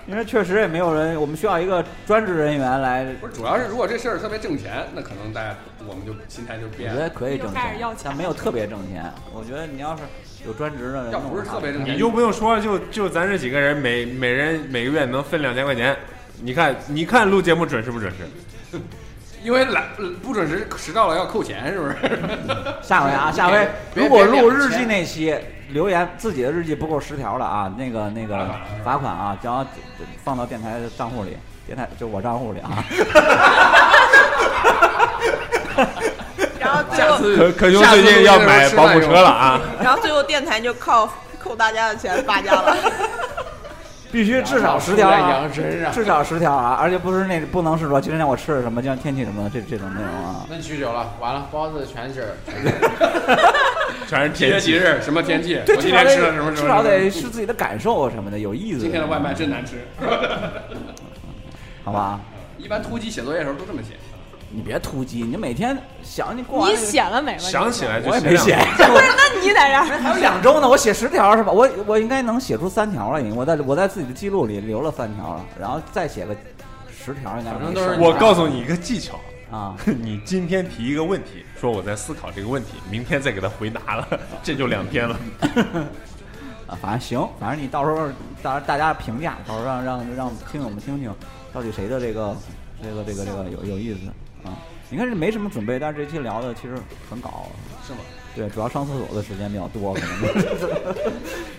因为确实也没有人，我们需要一个专职人员来。
不是，主要是如果这事儿特别挣钱，那可能大家我们就心态就
我
变
觉
了。
得可以挣
又开始要
钱
钱，
但没有特别挣钱。我觉得你要是有专职的，
要不是特别挣钱，
你就不用说，就就咱这几个人，每每人每个月能分两千块钱，你看你看录节目准是不准时？
因为来不准时迟到了要扣钱，是不是？
下回啊，下回
别
如果
别
录
别
日
别
记那期留言自己的日记不够十条了啊，那个那个罚款啊，然后放到电台的账户里，电台就我账户 里啊。
然后 最
下
后，
次
可可兄最近要买保姆车了啊！
然后最后电台就靠扣大家的钱发家了。
必须至少十条、
在
啊
羊，身上。
至少十条啊！而且不是那不能是说今天我吃了什么，今天天气什么的这这种内容啊。
那许久了，完了包子全是
全是
节
天
约
气
节日什么天气？
对，
我
至
今
少
天
得
吃了什么什么？
至少得是自己的感受什么的，有意思。
今天的外卖真难吃。
好吧？
一般突击写作业的时候都这么写。
你别突击，你每天想你过完
你
这个
写了没吧？
想起来就
我也没写
两，
不是，那你在这儿
还有两周呢，我写十条是吧？我我应该能写出三条了，已经。我在我在自己的记录里留了三条了，然后再写个十条应该没事儿。
反正都是
个。 我告诉你一个技巧，
啊，
你今天提一个问题，说我在思考这个问题，明天再给他回答了，这就两天了。
啊，反正行，反正你到时候到时候大家评价，到时候让让让听友们听听，到底谁的这个这个这个这个有有意思啊？你看这没什么准备，但是这期聊的其实很搞，啊
是吗？
对，主要上厕所的时间比较多，可 能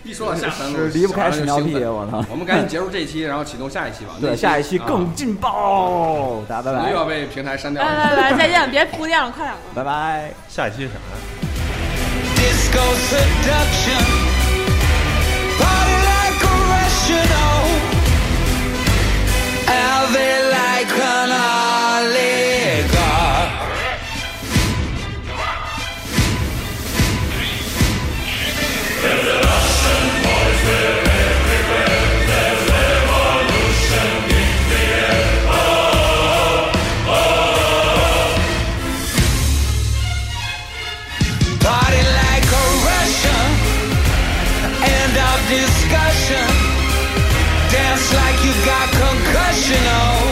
一说到下三路，
是离不开屎尿
想到就
屁，
兴奋
我操！
我们赶紧结束这一期，然后启动下一期吧。那
对，下一期
啊
更劲
啊
爆，大家拜
哎
又
拜
要，被平台删掉
来
了。
来来，再见，别铺垫了，快点吧。
拜拜。
下一期是啥呀？
disco seduction. Party like a rational. Ave like an oligarch. Party like a Russian. End of discussion. Dance like you got concussion. Oh.